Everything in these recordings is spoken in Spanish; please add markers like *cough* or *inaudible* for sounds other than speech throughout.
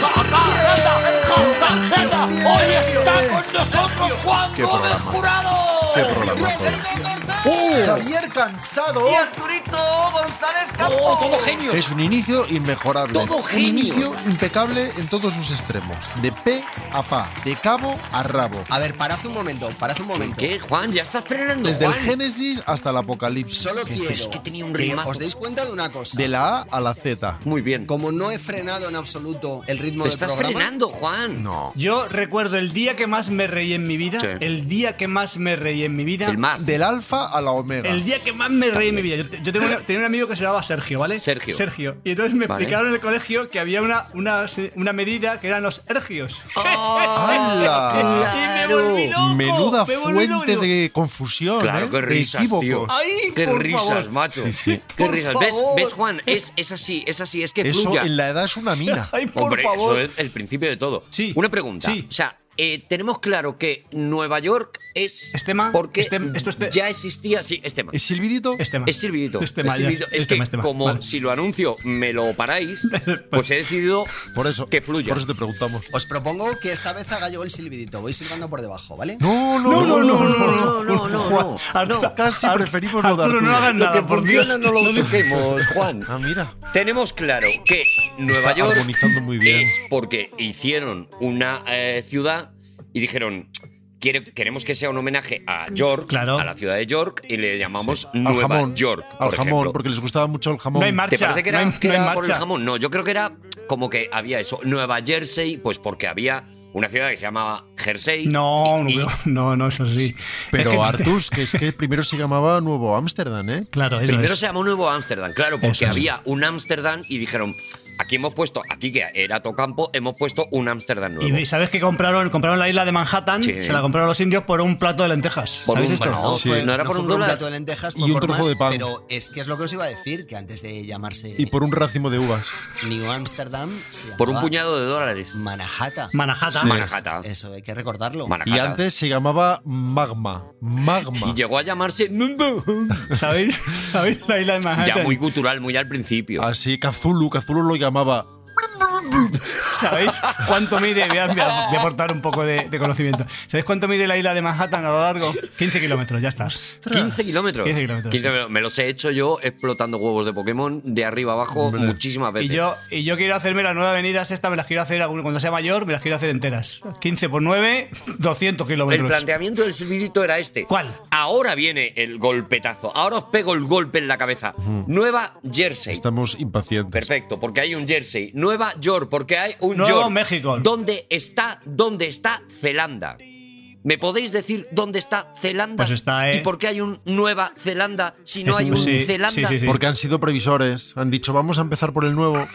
Jata, jata, jata, jata. Hoy está con nosotros Juan Qué Gómez programa. Jurado. Qué programa, joder. Javier Cansado. Y Arturito González Campos. Oh, todo genio. Es un inicio inmejorable. Todo genio. Un inicio impecable en todos sus extremos. De pe a pa, de cabo a rabo. A ver, parad un momento, parad un momento. ¿Qué, Juan? ¿Ya estás frenando, Desde el Juan? Génesis hasta el Apocalipsis. Solo quiero es que tenía un que rimazo. os deis cuenta de una cosa. De la A a la Z. Muy bien. Como no he frenado en absoluto el ritmo Te del estás programa, frenando, Juan. No. Yo recuerdo el día que más me reí en mi vida, Sí. el día que más me reí en mi vida, El más. Del alfa a la omega. el día que más me reí en mi vida. Yo, te- yo tengo una- tenía un amigo que se llamaba Sergio, ¿vale? Sergio. Sergio. Y entonces me Vale. explicaron en el colegio que había una, una, una medida que eran los *laughs* ergios. ¡Hala! Y me volví loco. Menuda me volví loco, fuente digo, de confusión, Claro, ¿eh? qué De risas, tío. equívocos. Ay, qué por risas, favor. macho. Sí, sí. Qué Por risas. ¿Ves, favor. ¿Ves, Juan? Es, es así, es así, es que Eso fluya. en la edad es una mina. Ay, por Hombre, favor. eso es el principio de todo. Sí. Una pregunta. Sí. O sea, eh, tenemos claro que Nueva York es. ¿Es tema? Porque ¿Es tem- esto es te- ya existía. Sí, es tema. ¿Es silbidito? Es tema. Es silbidito. Es tema, es ya. silbidito. Es Es que tema, es tema. como Vale. si lo anuncio me lo *laughs* paráis, pues he decidido Por eso. que fluya. Por eso te preguntamos. os propongo que esta vez haga yo el silbidito. Voy silbando por debajo, ¿vale? No, no, No, no, no, no, no, no, no, no. Arturo, Casi Arturo, preferimos lo de Ah, Arturo, no Arturo. hagas Lo nada, que por Dios. funciona no *laughs* lo toquemos, Juan. Ah, mira. Tenemos claro que Nueva Está York armonizando muy bien. es porque hicieron una eh, ciudad y dijeron "Quiere- queremos que sea un homenaje a York, Claro. a la ciudad de York y le llamamos Al Nueva jamón, York. Al por jamón, ejemplo. porque les gustaba mucho el jamón. No hay marcha. ¿Te parece que no era, hay- que no hay era por el marcha. jamón? No, yo creo que era como que había eso. Nueva Jersey, pues porque había una ciudad que se llamaba Jersey. No, no, Y- veo- no, no, eso sí. Pero Es que- Artus, que es que primero se llamaba Nuevo Ámsterdam, ¿eh? *laughs* Claro, eso Primero es. se llamó Nuevo Ámsterdam, claro, porque Eso es. había un Ámsterdam y dijeron, aquí hemos puesto, aquí que era Tocampo, hemos puesto un Ámsterdam nuevo. Y sabes que compraron, compraron la isla de Manhattan, Sí. se la compraron los indios por un plato de lentejas. Por ¿Sabéis un- esto? bueno, Sí. no era por fue un un dólar. plato de lentejas, Y fue un por trozo más, de pan. Pero es que es lo que os iba a decir, que antes de llamarse Y por un racimo de uvas. New Amsterdam, se Por un llamaba puñado de dólares. Manhattan. Manhattan. Manhattan. Eso, hay que recordarlo. Y Manhattan. antes se llamaba Magma. Magma. Y llegó a llamarse ¿Sabéis? *laughs* ¿Sabéis la isla de Manhattan? ya muy cultural, muy al principio. Así, Kazulu, Kazulu lo llamaba. ¿Sabéis cuánto mide? Voy a, voy a- voy a aportar un poco de, de conocimiento. ¿Sabéis cuánto mide la isla de Manhattan a lo largo? 15 kilómetros, ya está. 15 kilómetros. 15 kilómetros, 15 sí. kilómetros. Me los he hecho yo explotando huevos de Pokémon de arriba abajo muchísimas Y veces. yo, y yo quiero hacerme las nueve avenidas, estas me las quiero hacer algún- cuando sea mayor, me las quiero hacer enteras. 15 por 9, 200 el kilómetros. planteamiento del silbidito era este. ¿Cuál? Ahora viene el golpetazo. Ahora os pego el golpe en la cabeza. Nueva Jersey. Estamos impacientes. Perfecto, porque hay un Jersey. Nueva York, porque hay un Nuevo York. México. ¿Dónde está, dónde está Zelanda? ¿Me podéis decir dónde está Zelanda? Pues está, eh. ¿Y por qué hay un Nueva Zelanda si no Es hay un- un sí, Zelanda? sí, sí, sí. Porque han sido previsores. Han dicho, vamos a empezar por el nuevo,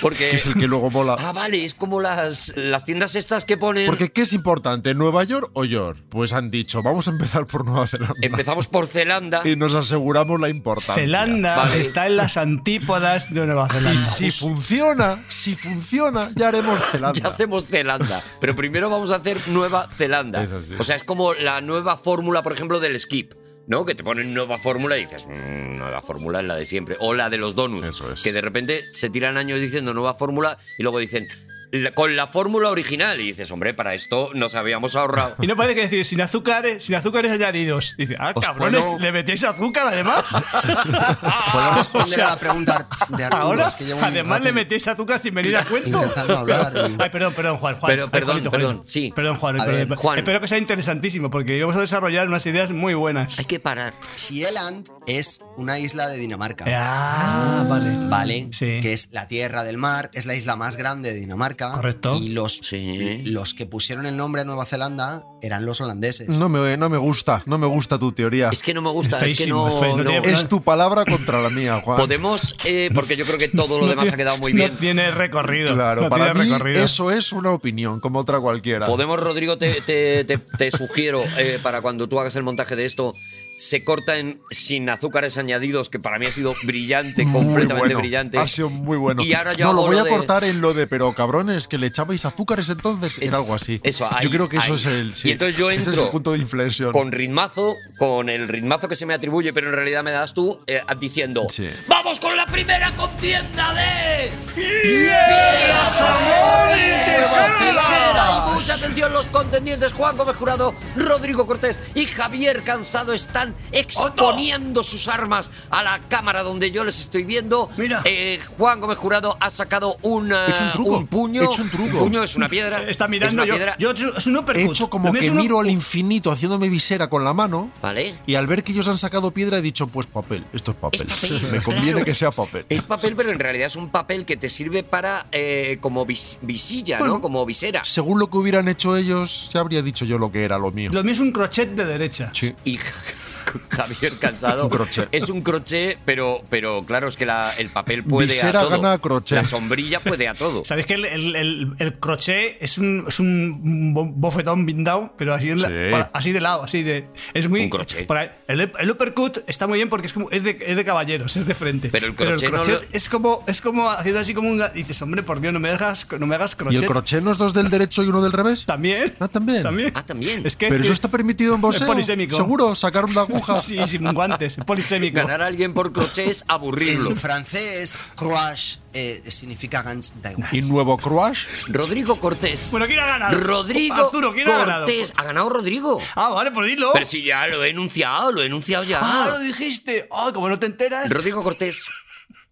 Porque. que es el que luego mola. *laughs* Ah, vale, es como las, las tiendas estas que ponen. Porque, ¿qué es importante, Nueva York o York? Pues han dicho, vamos a empezar por Nueva Zelanda. Empezamos por Zelanda. Y nos aseguramos la importancia. Zelanda Vale. está en las antípodas de Nueva Y Zelanda. si funciona, si funciona, ya *laughs* haremos Zelanda. Ya hacemos Zelanda, pero primero vamos a hacer Nueva Zelanda. Es así. O sea, es como la nueva fórmula, por ejemplo, del skip, ¿no? Que te ponen nueva fórmula y dices, "Mm, nueva fórmula es la de siempre. O la de los donuts, Eso es. que de repente se tiran años diciendo nueva fórmula y luego dicen, "La- con la fórmula original. Y dices, hombre, para esto nos habíamos ahorrado. Y no parece que decir sin azúcares, sin azúcares añadidos. Dice, ah, Os cabrones, puedo- ¿le metéis azúcar además? *laughs* Puedo responder *laughs* O sea, a la pregunta de Arturo. Ahora, es que llevo un además rato le metéis azúcar sin venir a cuento. intentando hablar. y- Ay, perdón, perdón, Juan, Juan. Pero, Ay, perdón, Juanito, perdón, Juanito. sí. Perdón, Juan, A perdón. ver, Juan. Espero que sea interesantísimo porque vamos a desarrollar unas ideas muy buenas. Hay que parar. Sjælland es una isla de Dinamarca. Ah, vale. Vale, Sí. que es la tierra del mar, es la isla más grande de Dinamarca, británica. Correcto. Y los, Sí. los que pusieron el nombre a Nueva Zelanda eran los holandeses. No me, no me gusta, no me gusta tu teoría. Es que no me gusta, Es es que feísimo, no. es feo, no no- tiene- Es tu palabra contra la mía, Juan. Podemos, eh, porque yo creo que todo lo demás ha quedado muy bien. No tiene recorrido. Claro, no para tiene mí recorrido. eso es una opinión, como otra cualquiera. Podemos, Rodrigo, te, te- te- te sugiero eh, para cuando tú hagas el montaje de esto, se corta en sin azúcares añadidos, que para mí ha sido brillante, Muy completamente bueno, brillante. Ha sido muy bueno. Y ahora yo no, lo hago voy lo a de- cortar en lo de, pero cabrones, que le echabais azúcares entonces. Es- Era algo así. eso, ahí, yo creo que eso ahí. es el. sí, Y entonces yo ese es entro el punto de inflexión. Con ritmazo, con el ritmazo que se me atribuye, pero en realidad me das tú eh, diciendo: Sí. ¡Vamos con la primera contienda de. ¡Piedra, ¡Jamones de Nueva Zelanda! Zelanda! Mucha atención, los contendientes Juan Gómez Jurado, Rodrigo Cortés y Javier Cansado están exponiendo sus armas a la cámara donde yo les estoy viendo. Mira. Eh, Juan Gómez Jurado ha sacado una, He hecho un truco, puño. he hecho un truco. puño es una piedra. *laughs* Está es mirando una yo, piedra. yo. yo- Es un uppercut. He hecho como Lo mío que es un miro al uppercut. infinito haciéndome visera con la mano. ¿Vale? Y al ver que ellos han sacado piedra, he dicho: Pues papel, esto es papel. papel, *laughs* Me conviene claro. que sea papel. Es papel, pero en realidad es un papel que te sirve para eh, como vis- visilla, ¿no? Bueno. Como visera. Según lo que hubieran hecho ellos, ya habría dicho yo lo que era lo mío. Lo mío es un crochet de derecha. Sí. Y *laughs* Javier Cansado Un crochet. es un crochet, pero, pero claro, es que la- el papel puede Visera a todo. gana a crochet. La sombrilla puede a *laughs* todo. Sabéis que el, el- el- el crochet es un, es un bo- bofetón blindado, pero así, en la- Sí. para- así de lado, así de. Es muy. Un crochet. para- el, el uppercut está muy bien porque es, como, es, de, es de caballeros, *laughs* es de frente. Pero el crochet no lo- es como es como haciendo así como un. ga- Dices, hombre, por Dios, no me hagas, no me hagas ¿Y crochet. el crochet no es dos del derecho y uno del revés? También. Ah, también. También. Ah, también. Es que Pero eso está permitido en boxeo. Es polisémico. Seguro, sacar una aguja. *laughs* Sí, sin guantes, es polisémico. Ganar a alguien por crochet es aburrirlo. En francés, crush eh, significa ganz *laughs* da igual. Y nuevo crush. Rodrigo Cortés. Bueno, ¿quién ha ganado? Rodrigo Arturo, ¿quién ha ganado? Cortés. Ha ganado Rodrigo. Ah, vale, por dilo. Pero si ya lo he enunciado, lo he enunciado ya. Ah, lo dijiste. Ah, como no te enteras. Rodrigo Cortés,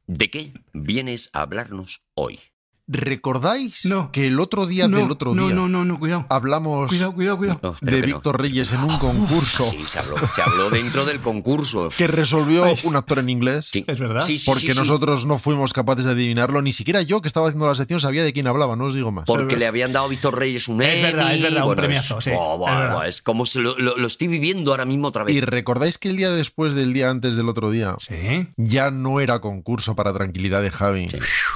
¿de qué vienes a hablarnos hoy? ¿Recordáis No. que el otro día no, del otro día Ah, no, pues no, no, no, cuidado. hablamos Cuidado, cuidado, cuidado. No, espero de que no. Víctor Reyes en un concurso Sí, se habló, se habló dentro del concurso. que resolvió un actor en inglés? Sí. Es verdad. Sí, sí, Porque sí, sí. nosotros no fuimos capaces de adivinarlo, ni siquiera yo que estaba haciendo la sección sabía de quién hablaba, no os digo más. Porque le habían dado a Víctor Reyes un Es Emmy, verdad, es verdad, un bueno, premiazo, es, sí, buah, es buah, verdad. buah, es como se lo, lo- lo estoy viviendo ahora mismo otra vez. ¿Y recordáis que el día después del día antes del otro día Sí. ya no era concurso para tranquilidad de Javi?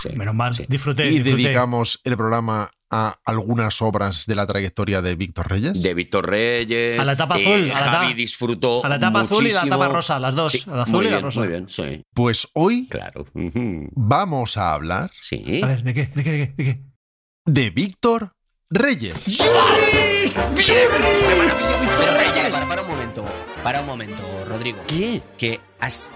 Sí. Menos mal. Disfruté. y disfruté. dedicamos el programa a algunas obras de la trayectoria de Víctor Reyes. De Víctor Reyes. eh, A la tapa azul, a la Javi tapa- disfrutó. a la tapa azul y la muchísimo. tapa rosa, las dos, a la azul muy y la bien, rosa. Muy bien, sí, Pues hoy claro. Ujú. vamos a hablar Sí. A ver, ¿de qué? ¿De qué? ¿De qué? ¿De qué? de Víctor Reyes. Pero para, para, para un momento, para un momento, Rodrigo. ¿Qué? Que has.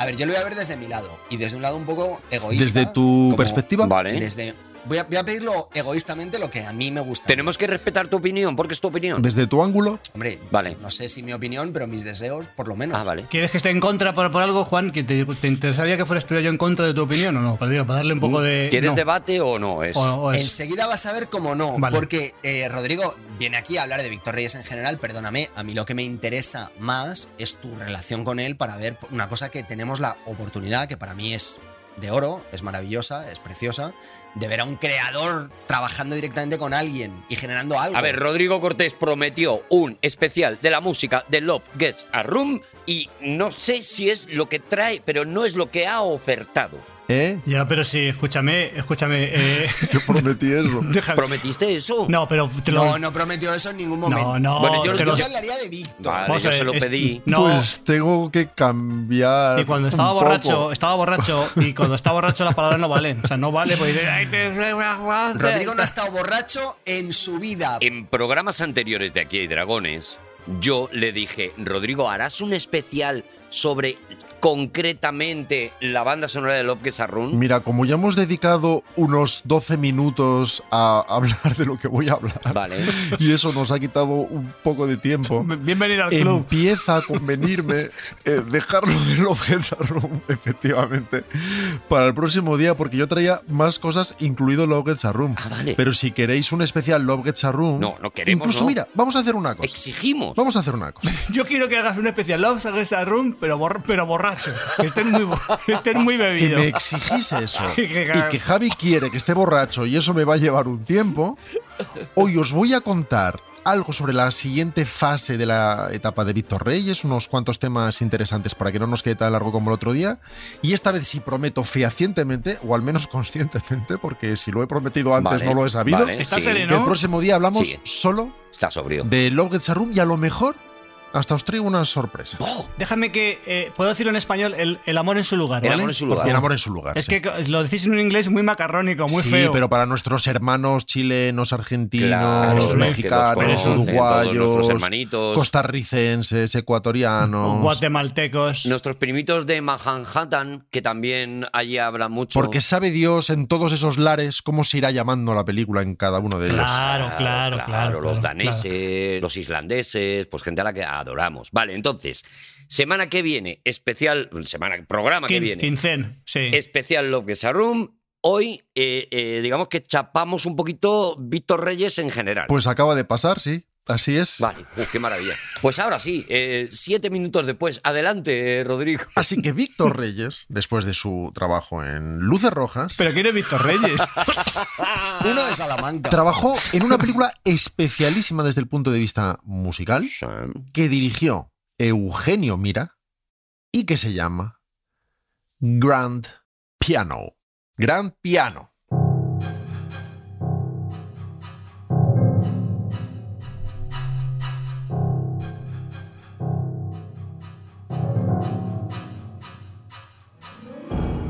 A ver, yo lo voy a ver desde mi lado. Y desde un lado un poco egoísta. Desde tu como- perspectiva, ¿eh? Vale. Desde. Voy a, voy a pedirlo egoístamente lo que a mí me gusta. Tenemos que respetar tu opinión, porque es tu opinión. desde tu ángulo, Hombre, Vale. no sé si mi opinión, pero mis deseos, por lo menos. Ah, vale. ¿Quieres que esté en contra por, por algo, Juan? ¿Que te, te interesaría que fuera estuviera yo en contra de tu opinión o no? Para, digo, para darle un poco de. Mm, ¿Quieres no. debate o no? Es. O- o es- Enseguida vas a ver cómo no, Pues- Vale. porque eh, Rodrigo viene aquí a hablar de Víctor Reyes en general, perdóname, a mí lo que me interesa más es tu relación con él para ver una cosa que tenemos la oportunidad, que para mí es de oro, es maravillosa, es preciosa, de ver a un creador trabajando directamente con alguien y generando algo. A ver, Rodrigo Cortés prometió un especial de la música de Love Gets a Room y no sé si es lo que trae, pero no es lo que ha ofertado. *laughs* ¿eh? Ya, pero sí, escúchame, escúchame. eh, *laughs* Yo prometí eso. déjame- ¿Prometiste eso? No, pero te lo. no, no prometió eso en ningún momento. no, no, Bueno, yo- te Yo lo- te hablaría de Víctor. Vale, Vamos yo a se ver, lo es- pedí. No. Pues tengo que cambiar. Y cuando estaba un poco. borracho, estaba borracho, y cuando está borracho las palabras no valen. O sea, no vale, pues dice, "Ay, te- Rodrigo no ha estado borracho en su vida. En programas anteriores de Aquí hay Dragones, yo le dije, Rodrigo, ¿harás un especial sobre concretamente la banda sonora de Love Gets a Room? Mira, como ya hemos dedicado unos 12 minutos a hablar de lo que voy a hablar, *laughs* Vale. y eso nos ha quitado un poco de tiempo. Bienvenido *laughs* al club. Empieza a convenirme eh, dejarlo del Objeto Room, efectivamente, para el próximo día, porque yo traía más cosas, incluido Love Gets a Room. Ah, vale. Pero si queréis un especial Love Gets a Room. No, no queremos, Incluso, no. mira, vamos a hacer una cosa. Exigimos. Vamos a hacer una cosa. Yo quiero que hagas un especial Love Sagas Room, pero, bor- pero borracho, que estén muy, bo- que estén muy que bebidos. me exigís *laughs* eso Y que- y que Javi quiere que esté borracho y eso me va a llevar un tiempo, hoy os voy a contar algo sobre la siguiente fase de la etapa de Víctor Reyes, unos cuantos temas interesantes para que no nos quede tan largo como el otro día. Y esta vez sí prometo fehacientemente, o al menos conscientemente, porque si lo he prometido antes Vale, no lo he sabido, vale, Está sí, sereno. que el próximo día hablamos Sí. solo Está sobrio. de Love Gets a Room y a lo mejor hasta os traigo una sorpresa. Déjame que. eh, Puedo decirlo en español, el, el amor en su lugar. El ¿vale? amor en su Por lugar. el amor en su lugar. Es sí. que lo decís en un inglés muy macarrónico, muy sí, feo. pero para nuestros hermanos chilenos, argentinos, Claro, los que los mexicanos, conocen, todos nuestros uruguayos, hermanitos. costarricenses, O ecuatorianos. guatemaltecos. Nuestros primitos de Manhattan, que también allí hablan mucho. Porque sabe Dios en todos esos lares cómo se irá llamando la película en cada uno de ellos. Claro, claro, claro. Los claro, daneses, claro. los islandeses, pues gente a la que adoramos. Vale, entonces, semana que viene, especial, semana, programa que Quin- viene, Quincen, sí. especial Love Gets a Room. Hoy, eh, eh, digamos que chapamos un poquito Víctor Reyes en general. Pues acaba de pasar, sí. Así es. Vale, uf, qué maravilla. Pues ahora sí, eh, siete minutos después. Adelante, eh, Rodrigo. Así que Víctor Reyes, después de su trabajo en Luces Rojas, Pero ¿quién es Víctor *laughs* Reyes? Ah. Uno de Salamanca. trabajó en una película especialísima desde el punto de vista musical. que dirigió Eugenio Mira y que se llama Grand Piano. Grand Piano.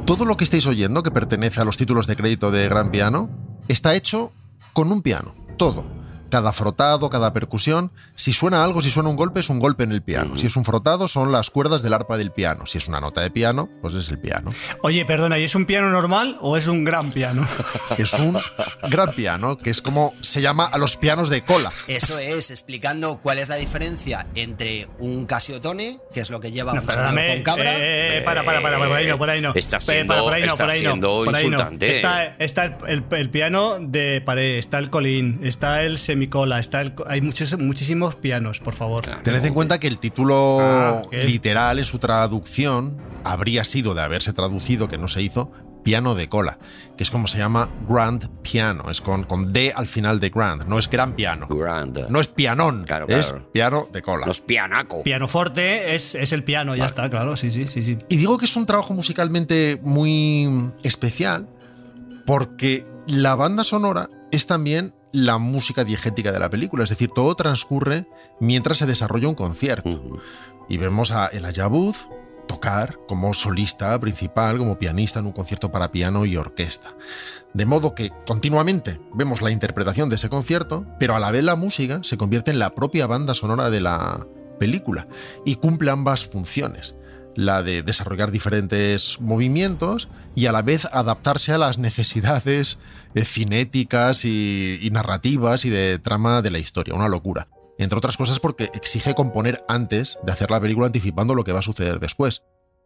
Todo lo que estáis oyendo que pertenece a los títulos de crédito de Gran Piano está hecho con un piano, todo. Cada frotado, cada percusión, si suena algo, si suena un golpe, es un golpe en el piano. Si es un frotado, son las cuerdas del arpa del piano. Si es una nota de piano, pues es el piano. Oye, perdona, ¿y es un piano normal o es un gran piano? Es un gran piano, que es como se llama a los pianos de cola. Eso es, explicando cuál es la diferencia entre un casiotone, que es lo que lleva No, un sonido perdóname. con cabra. eh, eh, para, para, para, por ahí no, por ahí no. Está Eh, siendo- para, está siendo por ahí no. insultante. Está, está el, el- el piano de pared, está el colín, está el semicola, está el, co- hay muchos, muchísimos pianos, por favor. Tened en cuenta que el título Ah, ok. literal en su traducción habría sido, de haberse traducido, que no se hizo, piano de cola, que es como se llama grand piano, es con, con D al final de grand, no es gran piano, Grand. no es pianón, Claro, es claro. piano de cola. Los pianaco. Pianoforte es, es el piano, ya está, claro, sí, sí, sí, sí. Y digo que es un trabajo musicalmente muy especial porque la banda sonora es también la música diegética de la película, es decir, todo transcurre mientras se desarrolla un concierto. Ujú. Y vemos a El Ayabuz tocar como solista principal, como pianista en un concierto para piano y orquesta. De modo que continuamente vemos la interpretación de ese concierto, pero a la vez la música se convierte en la propia banda sonora de la película y cumple ambas funciones. La de desarrollar diferentes movimientos y a la vez adaptarse a las necesidades eh, cinéticas y, y narrativas y de trama de la historia. Una locura. Entre otras cosas porque exige componer antes de hacer la película anticipando lo que va a suceder después.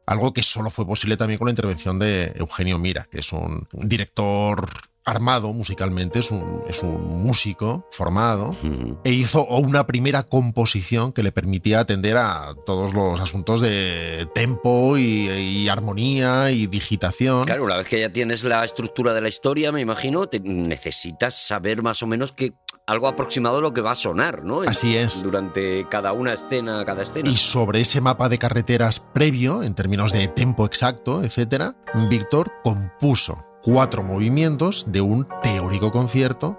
Algo que solo fue posible también con la intervención de Eugenio Mira, que es un director armado musicalmente, es un, es un músico formado Ujú. e hizo una primera composición que le permitía atender a todos los asuntos de tempo y, y armonía y digitación. Claro, una vez que ya tienes la estructura de la historia, me imagino, te- necesitas saber más o menos que algo aproximado a lo que va a sonar, ¿no? En- Así es. Durante cada una escena, cada escena. Y sobre ese mapa de carreteras previo, en términos de tempo exacto, etcétera, Víctor compuso cuatro movimientos de un teórico concierto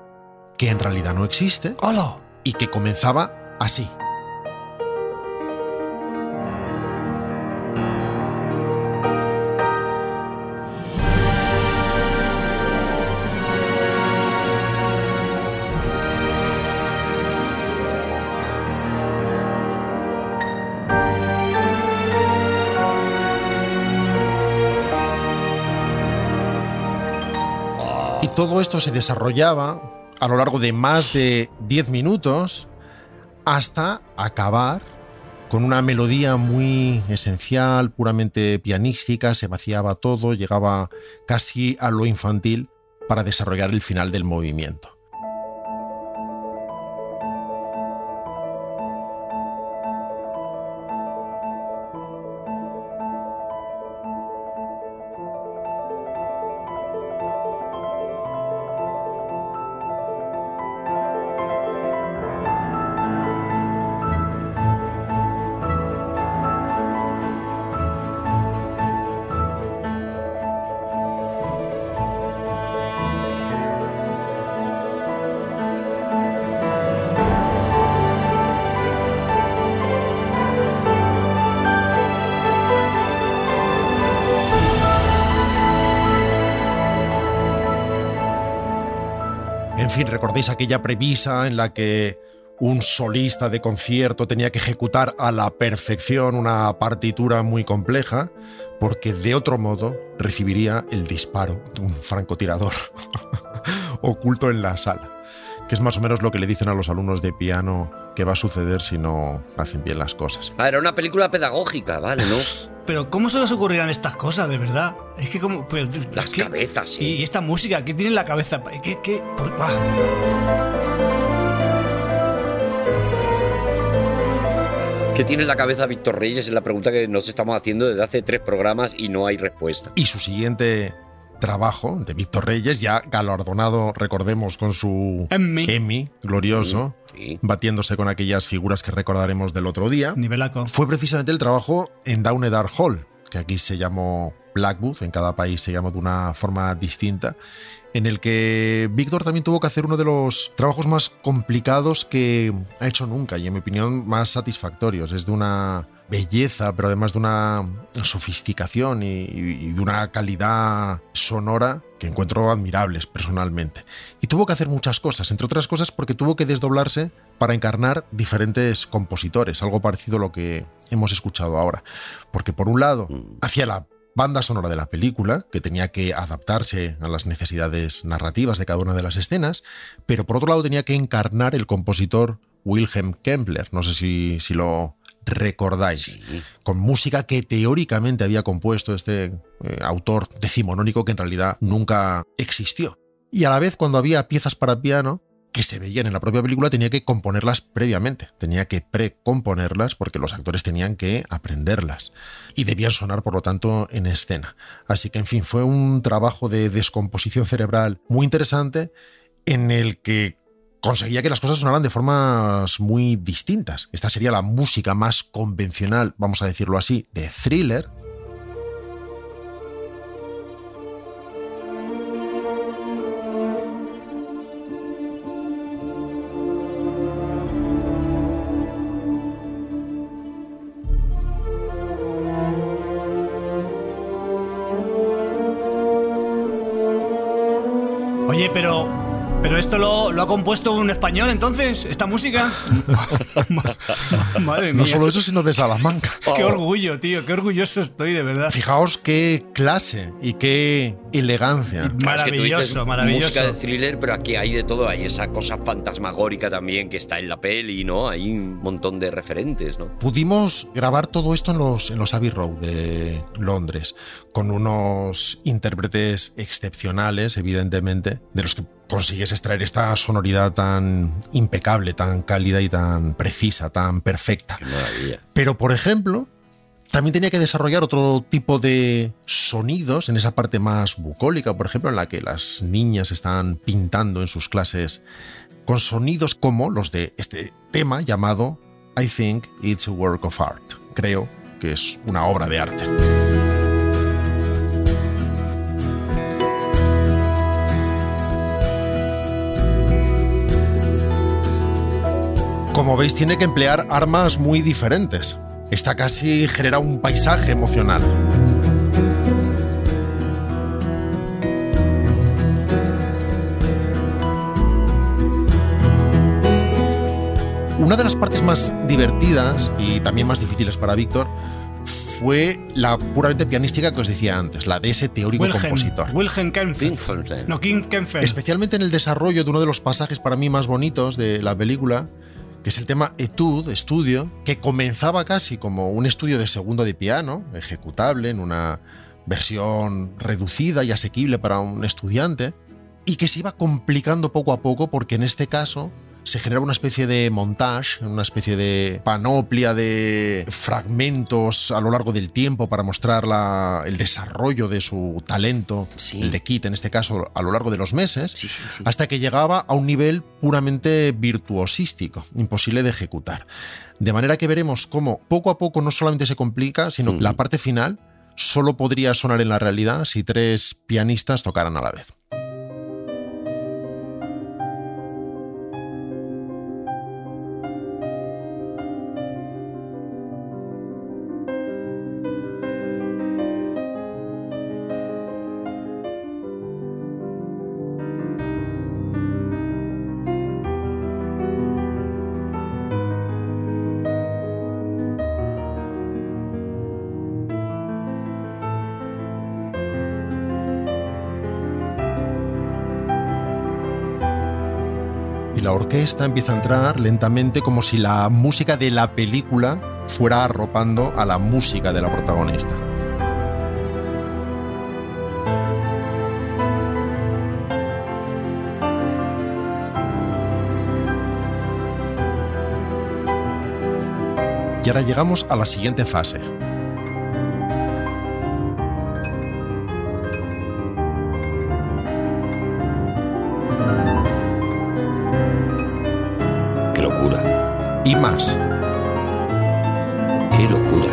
que en realidad no existe ¡Hola! y que comenzaba así. Y todo esto se desarrollaba a lo largo de más de 10 minutos hasta acabar con una melodía muy esencial, puramente pianística, se vaciaba todo, llegaba casi a lo infantil para desarrollar el final del movimiento. En fin, ¿recordáis aquella previsa en la que un solista de concierto tenía que ejecutar a la perfección una partitura muy compleja? Porque de otro modo recibiría el disparo de un francotirador *laughs* oculto en la sala. Que es más o menos lo que le dicen a los alumnos de piano que va a suceder si no hacen bien las cosas. Ah, era una película pedagógica, ¿vale? ¿No? *laughs* Pero ¿cómo se les ocurrirán estas cosas, de verdad? Es que como... pero- Las es que- cabezas, ¿eh? sí. Y, y esta música, ¿qué tiene en la cabeza? ¿Qué? qué por- ah. ¿Qué tiene en la cabeza Víctor Reyes? Es la pregunta que nos estamos haciendo desde hace tres programas y no hay respuesta. Y su siguiente trabajo de Víctor Reyes, ya galardonado, recordemos, con su Emmy. glorioso, Sí. batiéndose con aquellas figuras que recordaremos del otro día, Nivelaco. fue precisamente el trabajo en Downey Dark Hall, que aquí se llamó Blackwood, en cada país se llamó de una forma distinta, en el que Víctor también tuvo que hacer uno de los trabajos más complicados que ha hecho nunca y en mi opinión más satisfactorios. Es de una belleza, pero además de una sofisticación y, y de una calidad sonora que encuentro admirables personalmente. Y tuvo que hacer muchas cosas, entre otras cosas porque tuvo que desdoblarse para encarnar diferentes compositores, algo parecido a lo que hemos escuchado ahora. Porque por un lado, hacia la banda sonora de la película, que tenía que adaptarse a las necesidades narrativas de cada una de las escenas, pero por otro lado tenía que encarnar el compositor Wilhelm Kempler, no sé si, si lo pues recordáis, con música que teóricamente había compuesto este eh, autor decimonónico que en realidad nunca existió. Y a la vez cuando había piezas para piano, que se veían en la propia película tenía que componerlas previamente, tenía que precomponerlas porque los actores tenían que aprenderlas y debían sonar por lo tanto en escena. Así que en fin, fue un trabajo de descomposición cerebral muy interesante en el que conseguía que las cosas sonaran de formas muy distintas. Esta sería la música más convencional, vamos a decirlo así, de thriller, Oye, pero. ¿Pero esto lo, lo ha compuesto un español entonces? ¿Esta música? *laughs* Madre mía. no solo eso, sino de Salamanca. *laughs* Oh, Qué orgullo, tío. Qué orgulloso estoy, de verdad. Fijaos qué clase y qué elegancia. Claro, es que tú dices Maravilloso, maravilloso. Música de thriller, pero aquí hay de todo. Hay esa cosa fantasmagórica también que está en la peli, ¿no? Hay un montón de referentes, ¿no? Pudimos grabar todo esto en los, en los Abbey Road de Londres, con unos intérpretes excepcionales, evidentemente, de los que consigues extraer esta sonoridad tan impecable, tan cálida y tan precisa, tan perfecta. Qué maravilla. Pero, por ejemplo, también tenía que desarrollar otro tipo de sonidos en esa parte más bucólica, por ejemplo, en la que las niñas están pintando en sus clases con sonidos como los de este tema llamado I Think It's a Work of Art. Creo que es una obra de arte. Como veis, tiene que emplear armas muy diferentes. Esta casi genera un paisaje emocional. Una de las partes más divertidas y también más difíciles para Víctor fue la puramente pianística que os decía antes, la de ese teórico compositor. Wilhelm, Wilhelm Kempfer. Finkelstein. No, King Kempfer. Especialmente en el desarrollo de uno de los pasajes para mí más bonitos de la película, que es el tema etude, estudio, que comenzaba casi como un estudio de segundo de piano, ejecutable en una versión reducida y asequible para un estudiante, y que se iba complicando poco a poco porque en este caso se generaba una especie de montage, una especie de panoplia de fragmentos a lo largo del tiempo para mostrar la- el desarrollo de su talento, Sí. el de Kit en este caso, a lo largo de los meses, Sí, sí, sí. hasta que llegaba a un nivel puramente virtuosístico, imposible de ejecutar. De manera que veremos cómo poco a poco no solamente se complica, sino Mm. la parte final solo podría sonar en la realidad si tres pianistas tocaran a la vez. la orquesta empieza a entrar lentamente como si la música de la película fuera arropando a la música de la protagonista. Y ahora llegamos a la siguiente fase. Qué locura, Y más. qué locura.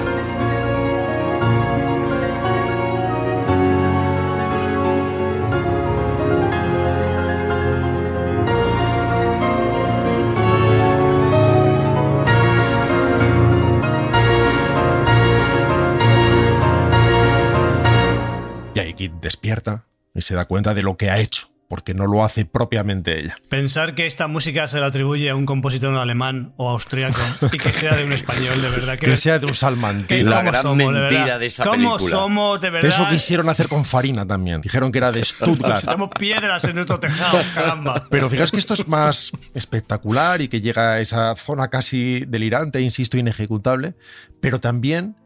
Y ahí Kit despierta y se da cuenta de lo que ha hecho, porque no lo hace propiamente ella. Pensar que esta música se la atribuye a un compositor alemán o austriaco y que sea de un español, de verdad. Que sea de un que salmantín. La cómo gran de mentira verdad. de esa ¿Cómo película. somos, de verdad? Eso quisieron hacer con Farina también. Dijeron que era *laughs* de Stuttgart. Echamos piedras en nuestro tejado, caramba. Pero fijaos que esto es más espectacular y que llega a esa zona casi delirante, insisto, inejecutable, pero también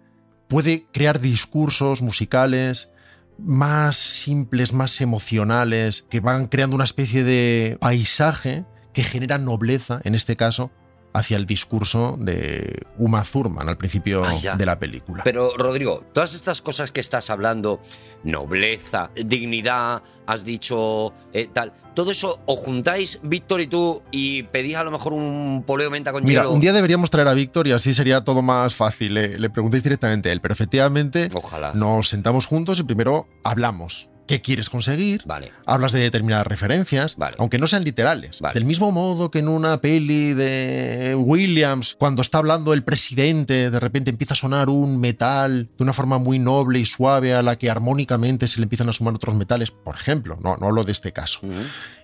puede crear discursos musicales más simples, más emocionales, que van creando una especie de paisaje que genera nobleza, en este caso, hacia el discurso de Uma Thurman al principio Ah, ya. de la película. Pero Rodrigo, todas estas cosas que estás hablando, nobleza, dignidad, has dicho eh, tal, todo eso o juntáis Víctor y tú y pedís a lo mejor un poleo menta con Mira, hielo. un día deberíamos traer a Víctor y así sería todo más fácil. ¿eh? Le, le preguntáis directamente a él, pero efectivamente Ojalá. Nos sentamos juntos y primero hablamos. ¿Qué quieres conseguir? Vale. Hablas de determinadas referencias, Vale. aunque no sean literales. Vale. Del mismo modo que en una peli de Williams, cuando está hablando el presidente, de repente empieza a sonar un metal de una forma muy noble y suave a la que armónicamente se le empiezan a sumar otros metales, por ejemplo. No, no hablo de este caso Ujú.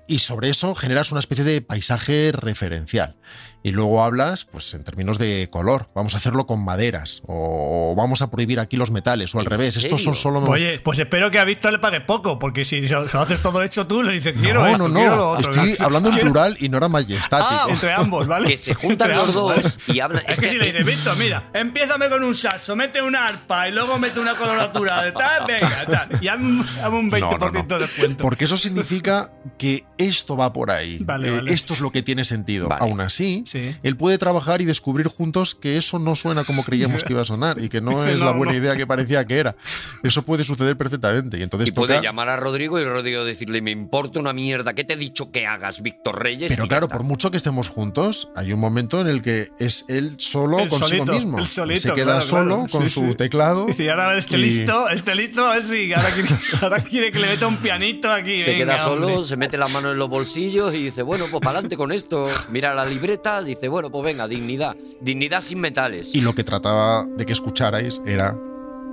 y sobre eso generas una especie de paisaje referencial. Y luego hablas, pues en términos de color, vamos a hacerlo con maderas, o vamos a prohibir aquí los metales, o al ¿En revés, estos son serio? solo... Oye, pues espero que a Víctor le pague poco, porque si se lo se lo haces todo hecho tú, le dices, quiero no, esto, no, quiero lo no, otro. estoy hablando en Quiero- Ah, plural y no era majestático. Entre ambos, ¿vale? Que se juntan *laughs* Entre los ambos, ¿vale? dos y hablan. Es, que, si le dices, Víctor, mira, empiézame con un saxo, mete una arpa y luego mete una coloratura de tal, venga, tal. Y hazme hazme un 20% de descuento. Porque eso significa que esto va por ahí. Vale, Eh, vale. Esto es lo que tiene sentido. Vale. Aún así, Sí. él puede trabajar y descubrir juntos que eso no suena como creíamos que iba a sonar y que no *laughs* Dice, es la no, buena no. idea que parecía que era. Eso puede suceder perfectamente. Y entonces Y puede toca- llamar a Rodrigo y Rodrigo decirle, me importa una mierda, ¿qué te he dicho que hagas, Víctor Reyes? Y Pero ya claro, está. por mucho que estemos juntos, hay un momento en el que es él solo Él consigo solito, mismo. él solito, se queda claro, solo claro. con Sí, su sí. teclado. Y si ahora a ver, este y- listo, este listo, a ver si ahora quiere, *laughs* ahora quiere que le meta un pianito aquí. Se venga, queda solo, hombre. se mete la mano en los bolsillos y dice, bueno, pues para adelante con esto. Mira la libreta, dice, bueno, pues venga, dignidad. Dignidad sin metales. Y lo que trataba de que escucharais era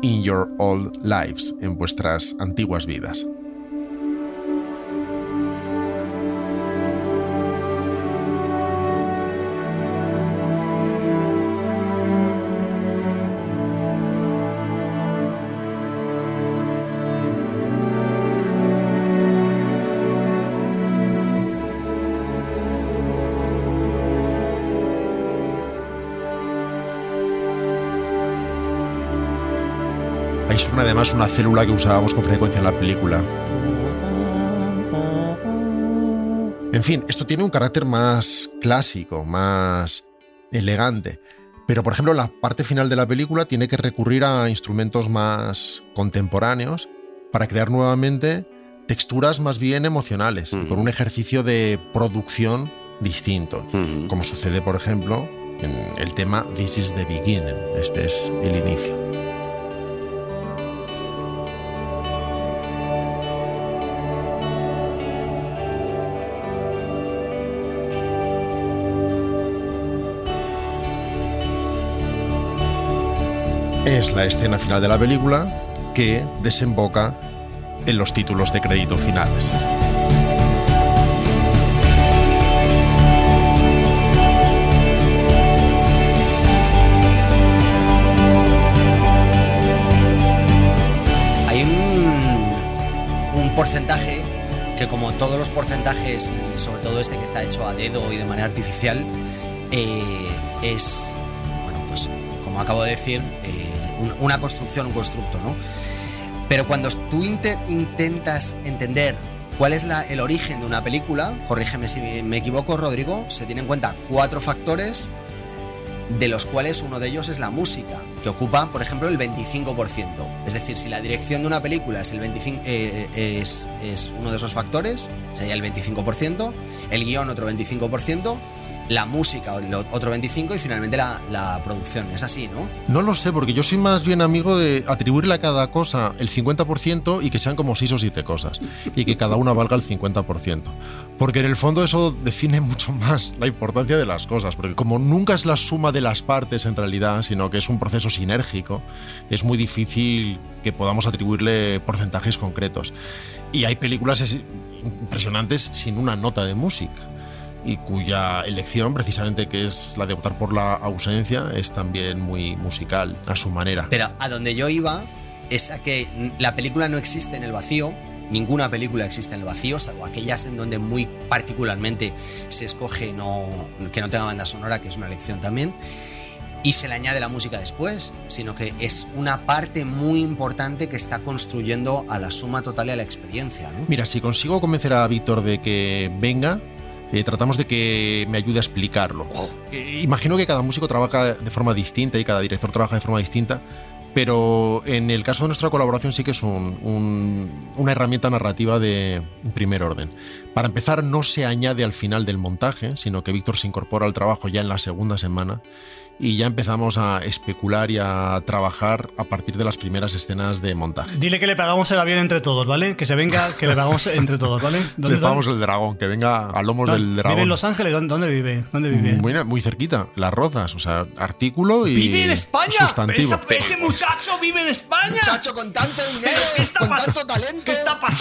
In Your Old Lives, en vuestras antiguas vidas. Ahí suena además una célula que usábamos con frecuencia en la película. En fin, esto tiene un carácter más clásico, más elegante. Pero, por ejemplo, la parte final de la película tiene que recurrir a instrumentos más contemporáneos para crear nuevamente texturas más bien emocionales, Ujú. con un ejercicio de producción distinto. Ujú. Como sucede, por ejemplo, en el tema This is the beginning. Este es el inicio. Es la escena final de la película que desemboca en los títulos de crédito finales. Hay un, un porcentaje que como todos los porcentajes y sobre todo este que está hecho a dedo y de manera artificial, eh, es, bueno, pues como acabo de decir, eh, un- una construcción, un constructo, ¿no? Pero cuando tú inte- intentas entender cuál es la- el origen de una película, corrígeme si me equivoco, Rodrigo, se tienen en cuenta cuatro factores, de los cuales uno de ellos es la música, que ocupa, por ejemplo, el 25%. Es decir, si la dirección de una película es, el 25, eh, eh, es, es uno de esos factores, sería el 25%, el guión otro 25%, la música o- lo- otro 25% y finalmente la, la producción. Es así, ¿no? No lo sé, porque yo soy más bien amigo de atribuirle a cada cosa el 50% y que sean como 6 o 7 cosas. Y que cada una valga el 50%. Porque en el fondo eso define *laughs* mucho más la importancia de las cosas. Porque como nunca es la suma de las partes en realidad, sino que es un proceso sinérgico, es muy difícil que podamos atribuirle porcentajes concretos. Y hay películas es- impresionantes sin una nota de música y cuya elección, precisamente que es la de optar por la ausencia, es también muy musical a su manera. Pero a donde yo iba es a que n- la película no existe en el vacío. Ninguna película existe en el vacío, salvo aquellas en donde muy particularmente se escoge no, que no tenga banda sonora, que es una elección también, y se le añade la música después, sino que es una parte muy importante que está construyendo a la suma total y a la experiencia. ¿no? Mira, si consigo convencer a Víctor de que venga, eh, tratamos de que me ayude a explicarlo. Eh, imagino que cada músico trabaja de forma distinta y cada director trabaja de forma distinta, pero en el caso de nuestra colaboración sí que es un- un- una herramienta narrativa de primer orden. Para empezar, no se añade al final del montaje, sino que Víctor se incorpora al trabajo ya en la segunda semana y ya empezamos a especular y a trabajar a partir de las primeras escenas de montaje. Dile que le pagamos el avión entre todos, ¿vale? Que se venga, que le pagamos entre todos, ¿vale? *laughs* Le está? pagamos el dragón, que venga a lomos ¿Dónde- del ¿Vive en dragón. Los Ángeles? ¿Dónde, dónde vive? ¿Dónde vive? Muy, muy cerquita, las rozas, o sea, artículo y sustantivo. muchacho vive en España! Chacho, con tanto dinero, ¿Pero qué está con pas- tanto talento.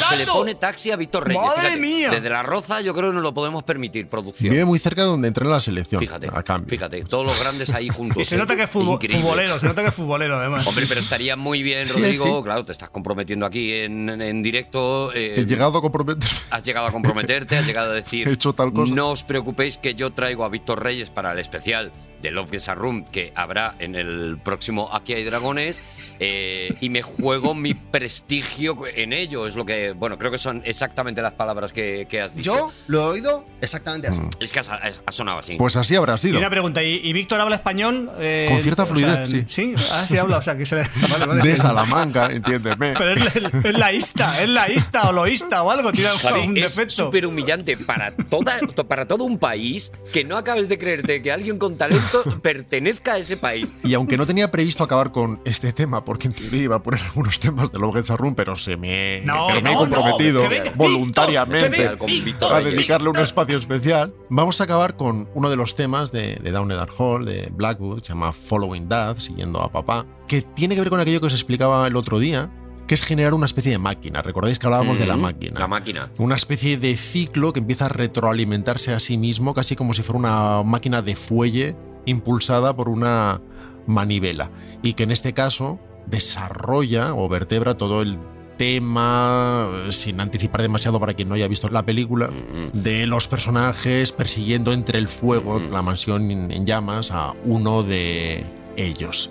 Se le pone taxi a Víctor Reyes. ¡Madre fíjate. mía! Desde La Roza yo creo que no lo podemos permitir, producción. Vive muy cerca de donde entré en la selección. Fíjate, a cambio. fíjate, todos los grandes *laughs* ahí juntos. Y se ¿eh? nota que es futbo- Increíble. futbolero, se nota que es futbolero, además. Hombre, pero estaría muy bien, Sí, Rodrigo. sí. Claro, te estás comprometiendo aquí en, en- en directo. eh, He llegado a comprometer. Has llegado a comprometerte, has llegado a *laughs* decir. He hecho tal cosa. No os preocupéis que yo traigo a Víctor Reyes para el especial de Love Gets a Room que habrá en el próximo Aquí hay dragones. eh, y me juego mi prestigio en ello. Es lo que. Bueno, creo que son exactamente las palabras que, que has dicho. Yo lo he oído exactamente Mm. así. Es que ha, ha sonado así. Pues así habrá Y sido. una pregunta, ¿y, y Víctor habla español? Eh, Con cierta o sea, fluidez, sí. Sí, ah, sí habla, o sea, que *laughs* se le... Vale, vale. De Salamanca, entiéndeme. Pero es, la- es laísta, es laísta o loísta o algo, tiene Javi, *laughs* un es defecto. súper humillante para, toda, para todo un país que no acabes de creerte que alguien con *laughs* talento pertenezca a ese país. Y aunque no tenía previsto acabar con este tema, porque en teoría iba a poner algunos temas de Love Gets a Room, pero se me, No, pero me he no, no, comprometido que venga voluntariamente Con Víctor a Reyes. dedicarle un espacio especial. Vamos a acabar con uno de los temas de, de Down Dark Hall, de Blackwood, que se llama Following Dad, siguiendo a papá, que tiene que ver con aquello que os explicaba el otro día, que es generar una especie de máquina. ¿Recordáis que hablábamos de la Mm, máquina? La máquina. una especie de ciclo que empieza a retroalimentarse a sí mismo, casi como si fuera una máquina de fuelle impulsada por una manivela, y que en este caso desarrolla o vertebra todo el tema, eh, sin anticipar demasiado para quien no haya visto la película, de los personajes persiguiendo entre el fuego, la mansión en en llamas, a uno de ellos.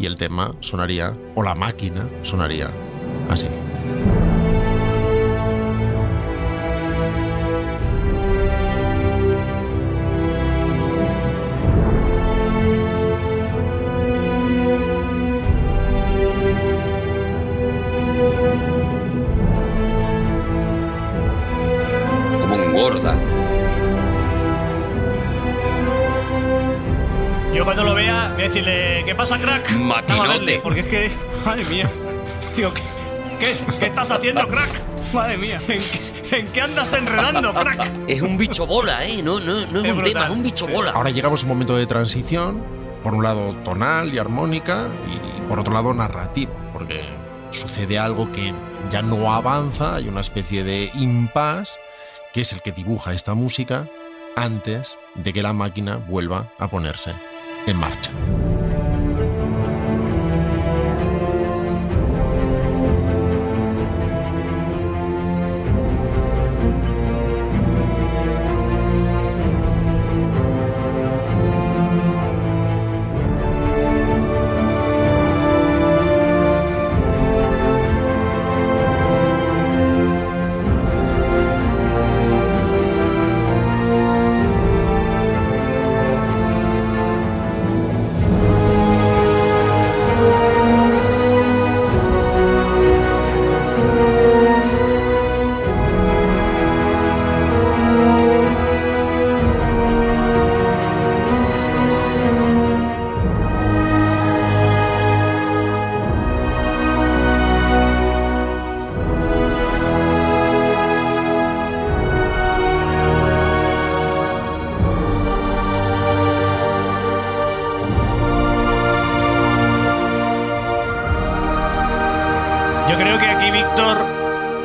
Y el tema sonaría, o la máquina sonaría así. Como engorda. Yo cuando lo vea, voy a decirle, ¿qué pasa, crack? Maquinote. Vamos a verle, Porque es que, madre mía, digo, ¿qué, qué, qué estás haciendo, crack? Madre mía, ¿en qué, en qué andas enredando, crack? Es un bicho bola, ¿eh? No, no, no es, Es un brutal. tema, es un bicho bola. Ahora llegamos a un momento de transición, por un lado tonal y armónica, y por otro lado narrativo, porque sucede algo que ya no avanza, hay una especie de impasse, que es el que dibuja esta música antes de que la máquina vuelva a ponerse en marcha.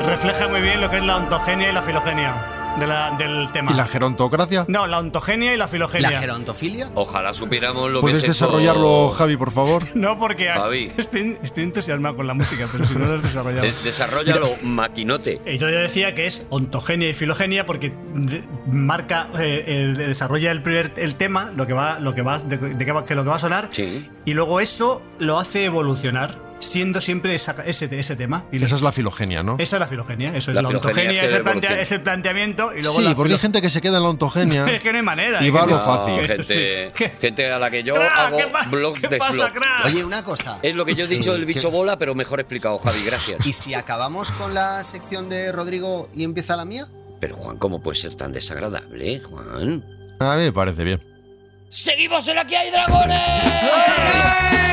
refleja muy bien lo que es la ontogenia y la filogenia de la- del tema. ¿Y la gerontocracia? No, la ontogenia y la ¿La filogenia. gerontofilia? Ojalá supiéramos lo que ¿Puedes es eso. desarrollarlo, Javi, por favor? No, porque Javi. Estoy, estoy entusiasmado con la música, pero si no lo *laughs* has desarrollado. De- desarrollalo, maquinote. Eh, Yo ya decía que es ontogenia y filogenia porque de- marca, eh, el- desarrolla el primer el tema, lo que va, lo que va, de, de qué va- que lo que va a sonar, Sí. y luego eso lo hace evolucionar, siendo siempre esa- ese, ese tema. Y Esa es la filogenia, ¿no? esa es la filogenia, eso es La la, filogenia es ontogenia, que es, el plantea- evoluciona. es el planteamiento y luego Sí, la porque hay filo- gente que se queda en la ontogenia. *laughs* es que no hay manera. Y es que va sí. lo No, fácil. Gente, Sí. gente a la que yo Crack, hago ¿Qué, pa- blog qué de pasa, blog. crack? Oye, una cosa. Es lo que yo he dicho Eh, del bicho ¿qué- bola, pero mejor explicado, Javi, gracias. ¿Y si acabamos con la sección de Rodrigo y empieza la mía? Pero Juan, ¿cómo puede ser tan desagradable, Juan? A mí me parece bien. ¡Seguimos en Aquí hay dragones! Vale,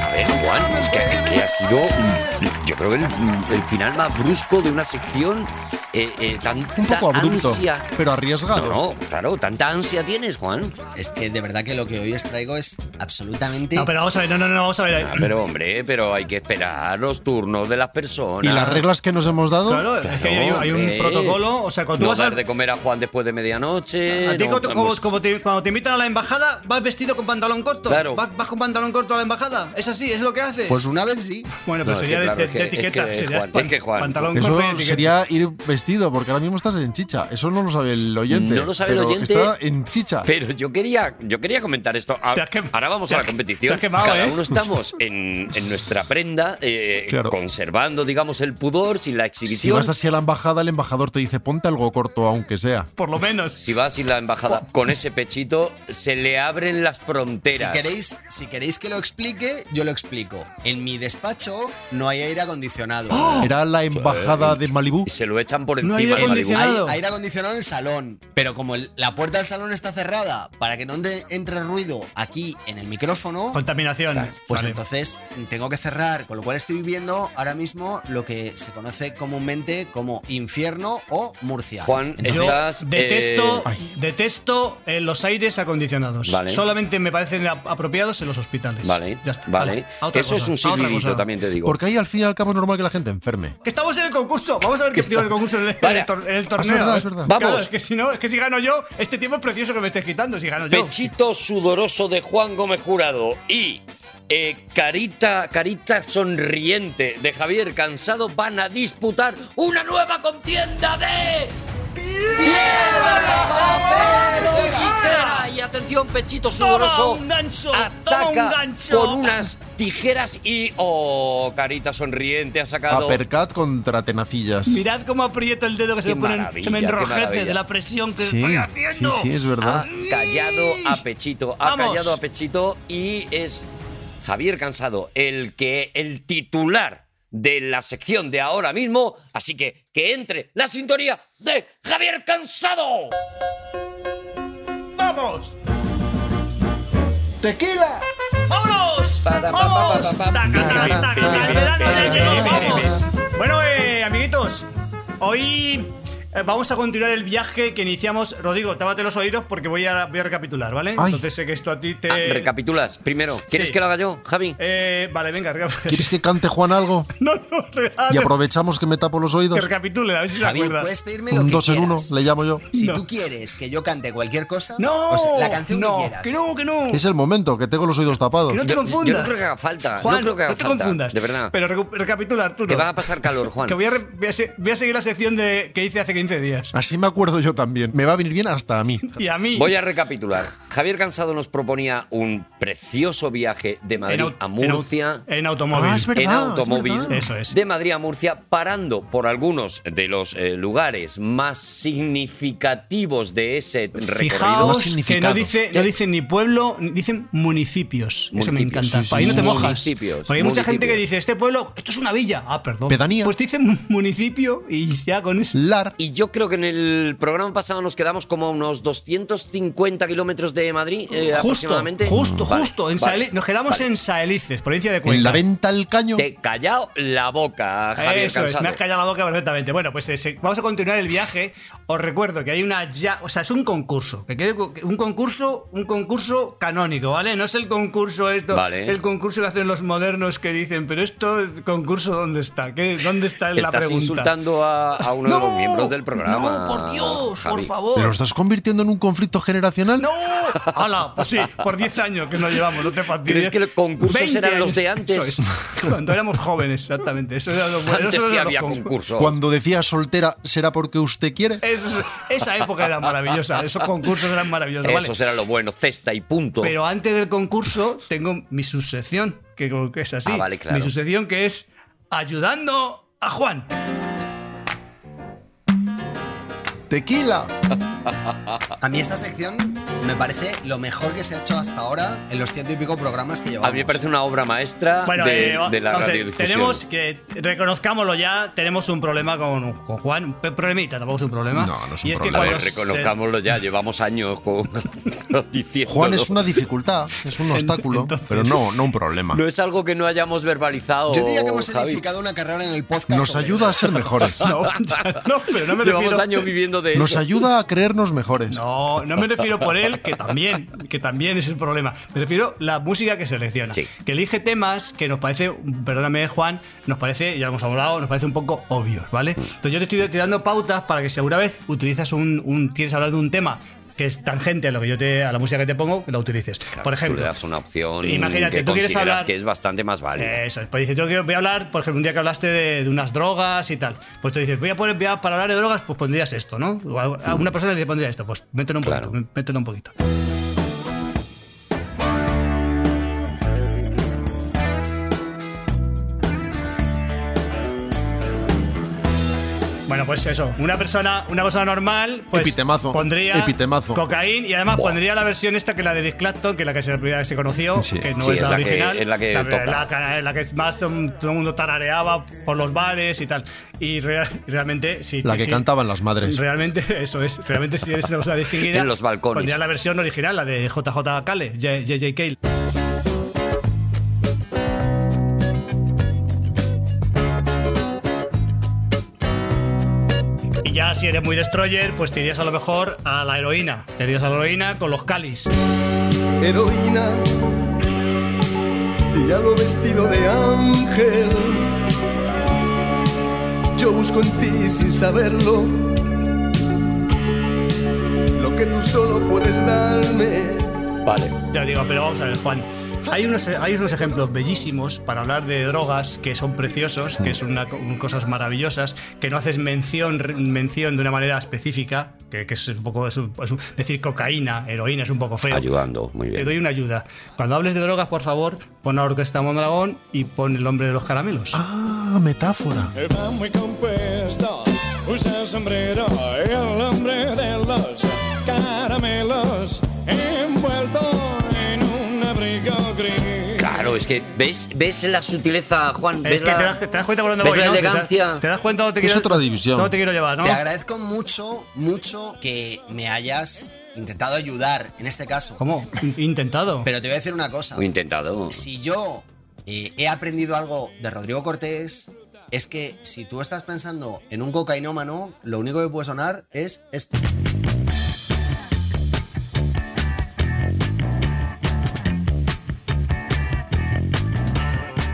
a ver, Juan, es que, que ha sido, mm, yo creo que el, el final más brusco de una sección eh, eh, tanta Un poco abrupto, ansia. pero arriesgado. No, no, claro, tanta ansia tienes, Juan. Es que de verdad que lo que hoy os traigo es absolutamente. No, pero vamos a ver, no, no, no, vamos a ver. Ah, pero hombre, pero hay que esperar los turnos de las personas. ¿Y las reglas que nos hemos dado? Claro, es que hay, hay hombre. un protocolo, o sea, cuando No tú vas dar al- de comer a Juan después de medianoche. A ti no, como- como- vamos, como te- cuando te invitan a la embajada, vas vestido con pantalón corto. Claro. Vas, vas con pantalón corto a la embajada. Es así, es lo que haces. Pues una vez sí. bueno, pero No, es sería que de- claro, de, es que- de es que, etiqueta. sería Juan, pan- es que, Juan, pantalón Eso corto y etiqueta. sería ir vestido, porque ahora mismo estás en chicha. Eso no lo sabe el oyente. No lo sabe el pero oyente. Está en chicha. *laughs* Pero yo quería, yo quería comentar esto. Ah, Te has quem- Ahora vamos te a la has- competición. te has quemado, Cada ¿eh? uno *laughs* estamos en, en nuestra prenda, eh, Claro. conservando, digamos, el pudor, sin la Si exhibición. vas así a la embajada, el embajador te dice ponte algo corto, aunque sea. Por lo menos. Si vas sin la embajada con ese pechito, se le abren las Si fronteras. queréis, si queréis que lo explique, yo lo explico. En mi despacho no hay aire acondicionado. ¡Oh! Era la embajada de Malibú. Y se lo echan por No hay encima. aire Malibu. acondicionado. Hay Claro. aire acondicionado en el salón, pero como el- la puerta del salón está cerrada para que no te- entre ruido aquí en el micrófono, Contaminación. pues Vale. entonces tengo que cerrar, con lo cual estoy viviendo ahora mismo lo que se conoce comúnmente como infierno o Murcia. Juan, Yo entonces, estás, eh, detesto, Ay. detesto eh, los aires acondicionados. Vale. Solamente me parecen ap- apropiados en los hospitales. Vale, Ya está. vale. A otra Eso es un cosa, a otra silbidito, cosa. también te digo. Porque ahí al fin y al cabo es normal que la gente enferme. Que estamos en el concurso. Vamos a ver qué digo en el concurso en el, Vale. en el tor- en el Ah, es torneo. verdad, es verdad. Vamos. Claro, es que si no, es que si gano yo, este tiempo es precioso que me estés quitando. Si gano yo. Pechito sudoroso de Juan Gómez Jurado y eh, carita, carita sonriente de Javier Cansado van a disputar una nueva contienda de. ¡Piedra, papel o tijera! Y atención, Pechito sudoroso. un gancho, Ataca toma un gancho. con unas tijeras y. ¡Oh! Carita sonriente ha sacado. Apercat contra tenacillas. Mirad cómo aprieto el dedo que se Qué me ponen, maravilla, se me qué enrojece maravilla. de la presión que Sí, estoy sí, haciendo. Ah. sí, es Ha verdad. callado a Pechito, ha Vamos. callado a Pechito y es Javier Cansado el que el titular de la sección de ahora mismo, así que que entre la sintonía de Javier Cansado. ¡Vamos! ¡Tequila! ¡Vámonos! Pa, da, pa, pa, pa, ¡Vamos! pa, pa. Taca, taca, taca, taca, Vamos. taca. Bueno, eh, amiguitos, hoy eh, vamos a continuar el viaje que iniciamos. Rodrigo, tábate los oídos porque voy a, voy a recapitular, ¿vale? Ay. Entonces sé que esto a ti te. Ah, recapitulas. Primero, ¿quieres Eh. sí. que lo haga yo, Javi? Eh, vale, venga, *laughs* recapitula. ¿Quieres que cante Juan algo? No, no, Y regálate, aprovechamos que me tapo los que oídos. recapitule, a ver si se Javier, acuerda. puedes pedirme lo Un que dos en uno, quieras. le llamo yo. Si No. tú quieres que yo cante cualquier cosa, No, o sea, la canción no, que quieras. no, que no. Es el momento, que tengo los oídos tapados. Que no te Yo- confundas. yo no creo que haga falta, no Juan, creo que haga te falta, confundas. de verdad. Pero recu- recapitula, Arturo. Te vas a pasar calor, Juan. Que voy a, re- voy a se- voy a seguir la sección de, que hice hace 15 días. Así me acuerdo yo también. Me va a venir bien hasta a mí. Y a mí. Ah, Voy a recapitular. Javier Cansado nos proponía un precioso viaje de Madrid au- a au- Murcia. En, automóvil. Ah, es verdad. en automóvil es verdad. Eso es. de Madrid a Murcia, parando por algunos de los eh, lugares más significativos de ese recorrido. Más Fijaos que no significado. dice, no dicen ni pueblo, ni- dicen municipios. Eso me Municipios, encanta. sí, sí, Ahí no sí, te sí. mojas. Municipios, Porque hay mucha gente municipios. que dice, este pueblo, esto es una villa. Ah, perdón. Pedanía. Pues te dicen municipio y ya con eso. Lar. Y yo creo que en el programa pasado nos quedamos como a unos 250 kilómetros de Madrid eh, Justo, aproximadamente. justo, Vale, justo. En vale, Saeli- nos quedamos vale. en Saelices, provincia de Cuenca. En la venta al caño. Te he callado la boca, Javier Eso es, Cansado. me has callado la boca perfectamente. Bueno, pues eh, se- vamos a continuar el viaje. Os recuerdo que hay una ya, o sea, es un concurso, que quede cu- un concurso, un concurso canónico, ¿vale? No es el concurso esto, Vale. el concurso que hacen los modernos que dicen, pero esto concurso dónde está? ¿Qué, ¿Dónde está la Estás pregunta? insultando a, a uno de los miembros del programa. No, por Dios, Javi. por favor. ¿Pero lo estás convirtiendo en un conflicto generacional? ¡No! ¡Hala! Pues sí, por 10 años que nos llevamos, no te fastidies. ¿Crees que los concursos 20 eran los de años. antes? Eso es, Cuando éramos jóvenes, exactamente. Eso era lo bueno, Antes eso sí era lo había con- concurso. Cuando decía soltera, ¿será porque usted quiere? Eso- esa época era maravillosa, esos concursos eran maravillosos. ¿vale? Eso será lo bueno, cesta y punto. Pero antes del concurso tengo mi sucesión, que creo que es así. Ah, vale, claro. Mi sucesión que es ayudando a Juan. ¡Tequila! A mí esta sección me parece lo mejor que se ha hecho hasta ahora en los ciento y pico programas que llevamos. a mí me parece una obra maestra Bueno, de, eh, va- de la vamos a ver, radiodifusión. tenemos que, reconozcámoslo ya, tenemos un problema con, con Juan. Un pe- problemita, tampoco es un problema. No, no es un Y que problema. A cuando ver, se- reconozcámoslo ya, llevamos años con, *laughs* diciendo. Juan es una dificultad, es un obstáculo, Entonces- pero no, no un problema. No es algo que no hayamos verbalizado. Yo diría que hemos Javi. edificado una carrera en el podcast. Nos sobre ayuda a eso. ser mejores. *laughs* No, no, pero no me Llevamos refiero- años viviendo de Nos eso. ayuda a creernos mejores. No, no me refiero por él, que también, que también es el problema. Me refiero la música que selecciona. Sí. Que elige temas que nos parece, perdóname Juan, nos parece, ya lo hemos hablado, nos parece un poco obvios, ¿vale? Mm. Entonces yo te estoy tirando pautas para que si alguna vez utilizas un, un quieres hablar de un tema que es tangente a lo que yo te, a la música que te pongo, la utilices. por Tú ejemplo, le das una opción Imagínate, que tú quieres consideras hablar- que es bastante más válida. Eso, es. pues dices, yo que voy a hablar, por ejemplo, un día que hablaste de, de unas drogas y tal. Pues tú dices, voy a poner, voy a- para hablar de drogas, pues pondrías esto, ¿no? O A a una persona le pondría esto, pues mételo un Claro. poquito, mételo un poquito. Bueno, pues eso, una persona, una persona normal, pues Epitemazo, pondría epitemazo. cocaín y además Buah. pondría la versión esta que la de Eric Clapton, que es la que se, la primera que se conoció, Sí. que no Sí, es, es la, la que- original. es la que la, toca. la cara- eh, la que más todo todo el mundo tarareaba por los bares y tal. Y real- realmente, sí. La que sí. cantaban las madres. Realmente, *laughs* eso es. Realmente, si eres una persona distinguida. En los balcones. Pondría la versión original, la de JJ Cale, J- JJ Cale. Y ya si eres muy destroyer, pues te irías a lo mejor a la heroína. Te irías a la heroína con los calis. heroína, diablo vestido de ángel. Yo busco en ti sin saberlo lo que tú solo puedes darme. Vale. Ya digo, pero vamos a ver, Juan. Hay unos, hay unos ejemplos bellísimos para hablar de drogas que son preciosos, que son una co- cosas maravillosas, que no haces mención, re- mención de una manera específica, que, que es un poco. es un- es un- decir cocaína, heroína es un poco feo. Ayudando, muy Te bien. doy una ayuda. Cuando hables de drogas, por favor, pon a Orquesta Mondragón y pon el hombre de los caramelos. Ah, metáfora. ¿Eh? Él va muy compuesto, usa sombrero, el hombre de los caramelos, envuelto en un abrigo gris. Claro, es que ves, ves la sutileza, Juan. Es ¿Ves que te la- das, te das cuenta por dónde ves voy, la ¿no? Te das- elegancia. Te, das cuenta dónde te Es quiero, otra división. dónde te quiero llevar, ¿no? Te agradezco mucho, mucho que me hayas intentado ayudar en este caso. ¿Cómo? In- Intentado. Pero te voy a decir una cosa. Muy intentado. Si yo eh, he aprendido algo de Rodrigo Cortés, es que si tú estás pensando en un cocainómano, lo único que puede sonar es este. esto.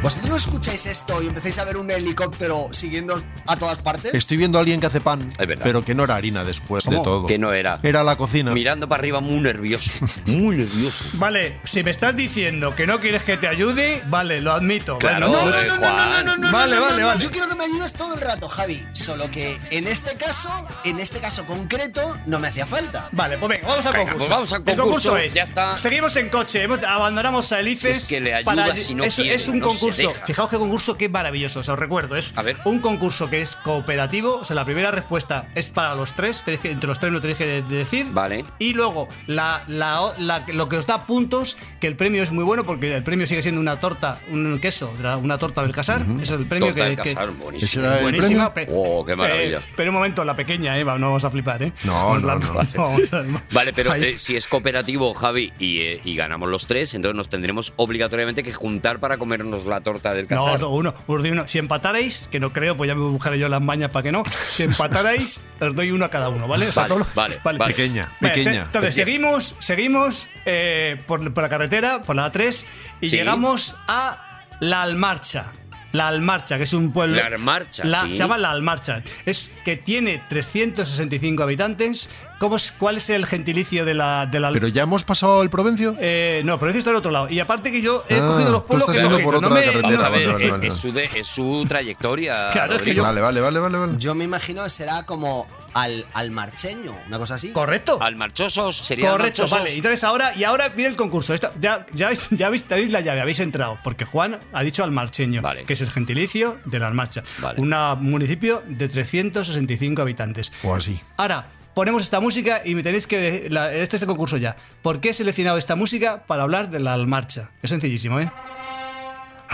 ¿Vosotros no escucháis esto y empezáis a ver un helicóptero siguiendo a todas partes? Estoy viendo a alguien que hace pan, Es verdad. pero que no era harina después de todo. Que no era. Era la cocina. Mirando para arriba muy nervioso. *laughs* Muy nervioso. Vale, si me estás diciendo que no quieres que te ayude, vale, lo admito. Claro, vale, No, no, eh, no, no, no, Juan. no, no, no, Vale, no, no, vale, no. vale. Yo quiero que me ayudes todo el rato, Javi. Solo que en este caso, en este caso concreto, no me hacía falta. Vale, pues venga, vamos al Venga, concurso. pues vamos al El concurso concurso, es. ya está. Seguimos en coche, hemos- abandonamos a Elices. Es que le ayuda si no es, quiere, es un no concurso concurso, bandeja. fijaos qué concurso, qué maravilloso, os lo recuerdo. Es A ver. un concurso que es cooperativo, o sea, la primera respuesta es para los tres, tenéis que- entre los tres lo tenéis que de- de decir. Vale. Y luego, la, la o- la- lo que os da puntos, que el premio es muy bueno porque el premio sigue siendo una torta, un queso, de la- una torta del casar. Eso es el premio Torta que. del que- casar, buenísimo. Ese era el Eh, Buenísima. pe- Oh, qué maravilla. pe- pero un momento, la pequeña, Eva, no vamos a flipar, ¿eh? No, Os la- no, no. *laughs* vamos a- Vale, pero Ahí. eh, si es cooperativo, Javi, y, eh, y ganamos los tres, entonces nos tendremos obligatoriamente que juntar para comernos la torta del No, casar. no, uno, os doy uno. Si empatarais, que no creo, pues ya me buscaré yo las mañas para que no. *laughs* Si empatarais, os doy uno a cada uno, ¿vale? Vale, vale, vale. Pequeña, Venga, se- pequeña. entonces, seguimos, seguimos eh, por, por la carretera, por la A3, y Sí. llegamos a La Almarcha. La Almarcha, que es un pueblo. La Almarcha, La- sí. Se llama La Almarcha. Es que tiene 365 habitantes. ¿Cómo es, ¿Cuál es el gentilicio de la, de la Pero ya hemos pasado al Provencio. eh, no, pero eso está del otro lado. Y aparte que yo he Ah, cogido los tú pueblos estás que he yendo cogido. por no otra me- carretera, Vamos no- a ver, Vale, vale, eh, vale. es, su de- es su trayectoria. Claro, es que Rodrigo. Vale, vale, vale, vale, vale. Yo me imagino que será como al, al marcheño, una cosa así. Correcto. Al marchosos sería Correcto, marchosos. vale. Entonces ahora, y ahora viene el concurso. Esto, ya, ya, habéis- ya habéis, tenéis la llave, habéis entrado. Porque Juan ha dicho al marcheño, Vale. que es el gentilicio de la marcha. Vale. Un municipio de 365 habitantes. O así. Ahora, ponemos esta música y me tenéis que. de- la- este es el concurso ya. ¿Por qué he seleccionado esta música para hablar de la marcha? Es sencillísimo, ¿eh?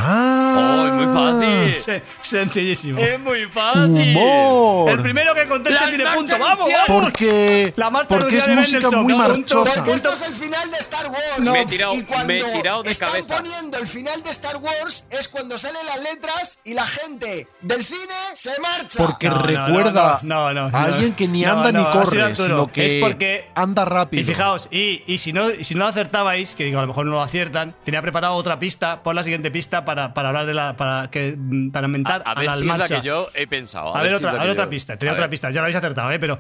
¡Ah! Oh, es muy *laughs* fácil. Se- sencillísimo. Es muy fácil. ¡Humor! El primero que conteste Las tiene marchas punto. ¡Vamos, anunciadas. vamos! Porque, La marcha porque es anunciada de música Mendelssohn, muy ¿no? Punto. marchosa. Porque esto es el final de Star Wars. Me he tirado- y cuando me he tirado de están cabeza. poniendo el final de Star Wars es cuando salen las letras y la gente del cine se marcha. Porque No, no, recuerda no, no, no, a no. alguien que ni No, anda no, ni ha sido corre, Arturo. sino que Es porque- anda rápido. Y fijaos, y, y si, no, y si no lo acertabais, que digo, a lo mejor no lo aciertan, tenía preparado otra pista, pon la siguiente pista para, para hablar de la. para, que, mm, para A, inventar a a, ver la si es marcha. la que yo he pensado. a, ver, si es otra, la a ver que otra yo- pista, tenía A otra ver. pista, ya lo habéis acertado, ¿eh? Pero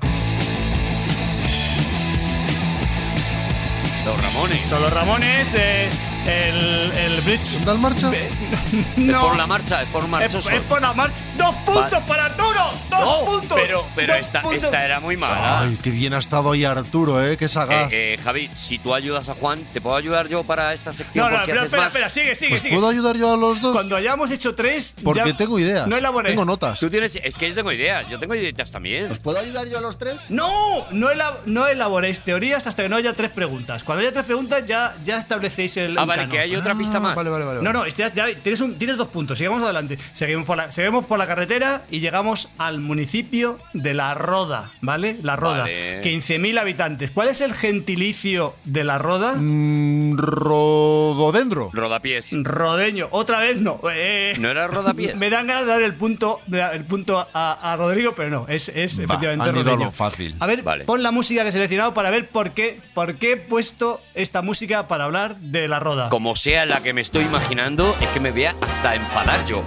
Los Ramones. son los Ramones, eh, el, el Eh, Bridge. ¿Son tal marcha? Es por No, la marcha, es por es, marchosos. es por la eh, marcha. ¡Dos puntos para Arturo! ¡Dos No, puntos! Pero, pero Dos esta, puntos. esta era muy mala. Ay, qué bien ha estado ahí Arturo, ¿eh? Qué sagaz. Eh, eh, Javi, si tú ayudas a Juan, ¿te puedo ayudar yo para esta sección? No, no, por si pero haces espera, más? espera, sigue, sigue, ¿Pues sigue. puedo ayudar yo a los dos? Cuando hayamos hecho tres. Porque ya- tengo ideas. No elaboré. Tengo notas. Tú tienes, es que yo tengo ideas, yo tengo ideas también. ¿Os puedo ayudar yo a los tres? No, no, elab- no elaboréis teorías hasta que no haya tres preguntas. Cuando haya tres preguntas ya, ya establecéis el... Ah, el vale, canon. que hay otra pista Ah, más. Vale, vale, vale. No, no, este ya, ya tienes, un- tienes dos puntos. Sigamos adelante. Seguimos por, la, seguimos por la carretera y llegamos al municipio de La Roda, ¿vale? La Roda. Vale. 15.000 habitantes. ¿Cuál es el gentilicio de La Roda? Mm, rododendro. Rodapiés. Rodeño. Otra vez no. Eh, ¿No era *laughs* Rodapiés? Me dan ganas de dar el punto, de dar el punto a, a Rodrigo, pero no. Es, es Va, efectivamente han ido a Rodeño. lo fácil. A ver, Vale. pon la música que he seleccionado para ver por qué, por qué he puesto esta música para hablar de la roda. Como sea la que me estoy imaginando, es que me vea hasta enfadar yo.